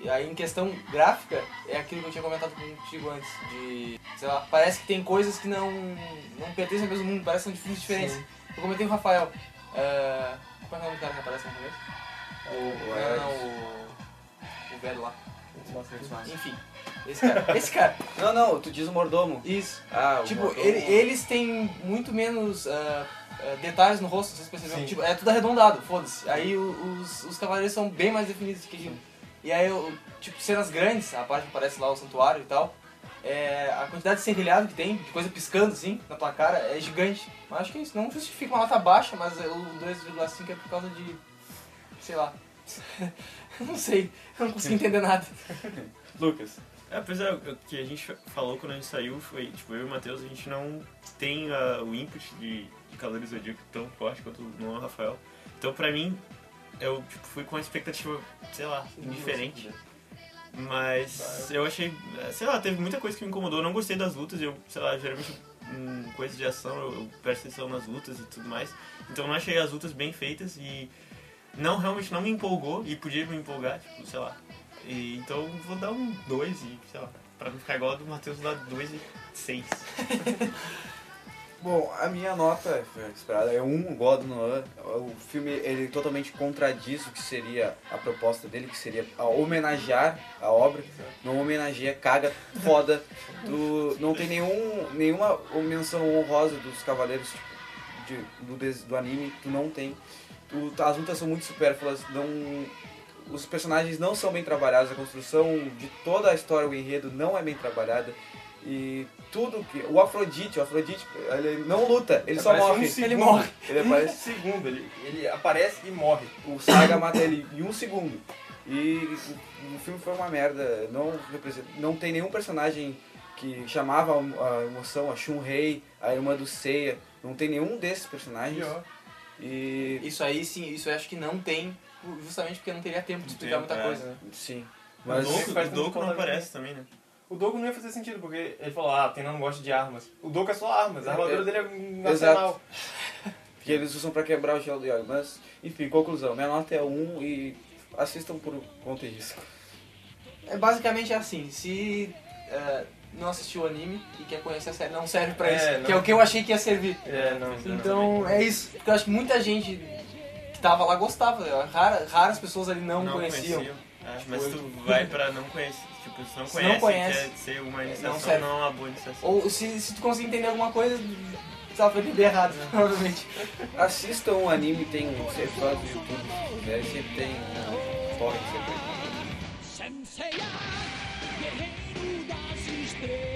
[SPEAKER 2] E aí, em questão gráfica, é aquilo que eu tinha comentado contigo antes. De. Sei lá, parece que tem coisas que não. Não pertencem ao mesmo mundo, parece que são difíceis diferentes. Eu comentei com o Rafael. eh, qual é o nome do cara que aparece no começo? O. Não, não, o. O velho lá. Enfim, esse cara. Esse cara.
[SPEAKER 3] Não, não, tu diz o mordomo.
[SPEAKER 2] Isso.
[SPEAKER 3] Ah, o
[SPEAKER 2] Tipo,
[SPEAKER 3] mordomo.
[SPEAKER 2] ele- eles têm muito menos ah, ah, detalhes no rosto, vocês perceberam?
[SPEAKER 1] Sim.
[SPEAKER 2] Tipo, é tudo arredondado, foda-se. Aí o- os, os cavaleiros são bem mais definidos que aquilo. E aí, o- tipo, cenas grandes, a parte que aparece lá o santuário e tal, é, a quantidade de serrilhado que tem, de coisa piscando assim na tua cara, é gigante. Mas acho que é isso, não justifica uma nota baixa, mas é, o 2,5 é por causa de. sei lá. Eu não sei, eu não consigo entender nada.
[SPEAKER 3] Lucas.
[SPEAKER 4] É, pois é, o que a gente falou quando a gente saiu foi, tipo, eu e o Matheus, a gente não tem ah, o input de, de calor zodíaco tão forte quanto o Noah e o Rafael. Então, pra mim, eu tipo, fui com uma expectativa, sei lá, indiferente. Mas eu achei, eh, sei lá, teve muita coisa que me incomodou. Eu não gostei das lutas, eu, sei lá, geralmente em coisas de ação eu, eu presto atenção nas lutas e tudo mais. Então eu não achei as lutas bem feitas e não, realmente não me empolgou e podia me empolgar, tipo, sei lá. E, então eu vou dar um 2 e, sei lá, pra não ficar igual a do Matheus, vou dar 2 e 6.
[SPEAKER 3] Bom, a minha nota foi esperada é um igual a do Noah. O filme ele totalmente contradiz o que seria a proposta dele, que seria a homenagear a obra. Não homenageia, caga, foda. Do, não tem nenhum, nenhuma menção honrosa dos Cavaleiros tipo, de- do, des- do anime, tu não tem. Tu- tá, as lutas são muito supérfluas, não, os personagens não são bem trabalhados, a construção de toda a história, o enredo não é bem trabalhada. E tudo que. O Afrodite, o Afrodite, ele não luta, ele só
[SPEAKER 1] Aparece um
[SPEAKER 3] morre.
[SPEAKER 1] segundo.
[SPEAKER 3] Ele aparece.
[SPEAKER 1] segundo, ele, ele aparece e morre.
[SPEAKER 3] O Saga mata ele em um segundo. E o, o filme foi uma merda. Não, representa- não tem nenhum personagem que chamava a a emoção, a Shun-Rei, a irmã do Seiya. Não tem nenhum desses personagens. E.
[SPEAKER 2] Isso aí sim, isso eu acho que não tem, justamente porque não teria tempo de explicar
[SPEAKER 4] Tempo,
[SPEAKER 2] muita
[SPEAKER 4] é.
[SPEAKER 2] coisa, né?
[SPEAKER 3] Sim.
[SPEAKER 1] Mas-
[SPEAKER 4] Tá
[SPEAKER 3] Mas.
[SPEAKER 1] Louco,
[SPEAKER 4] O
[SPEAKER 1] faz muito
[SPEAKER 4] Doku, o Doku não
[SPEAKER 1] contato.
[SPEAKER 4] aparece também, né?
[SPEAKER 1] O Doku não ia fazer sentido, porque ele falou, ah, Tenan não gosta de armas. O Doku é só armas, a armadura
[SPEAKER 3] É,
[SPEAKER 1] dele é nacional.
[SPEAKER 3] Que eles usam pra quebrar o gelo do Yogi. Mas, enfim, conclusão. Minha nota é 1 e assistam por conta disso.
[SPEAKER 2] É basicamente assim, se eh, não assistiu o anime e quer conhecer a série, não serve pra
[SPEAKER 1] É,
[SPEAKER 2] isso,
[SPEAKER 1] não.
[SPEAKER 2] que é o que eu achei que ia servir.
[SPEAKER 1] É, não.
[SPEAKER 2] Então é isso, porque eu acho que muita gente que tava lá gostava, né? Rara- raras pessoas ali não, conheciam.
[SPEAKER 4] É, mas tu vai pra não conhecer, tipo, se não
[SPEAKER 2] Se
[SPEAKER 4] conhece,
[SPEAKER 2] não conhece,
[SPEAKER 4] quer ser uma
[SPEAKER 2] não
[SPEAKER 4] iniciação,
[SPEAKER 2] serve.
[SPEAKER 4] não, é uma boa iniciação.
[SPEAKER 2] Ou se, se tu conseguir entender alguma coisa, sabe, foi entender errado, provavelmente.
[SPEAKER 3] Assistam o anime, tem um setor do YouTube, se quiser, sempre tem um torre, sempre tem.
[SPEAKER 7] Sensei, guerreiro das estrelas.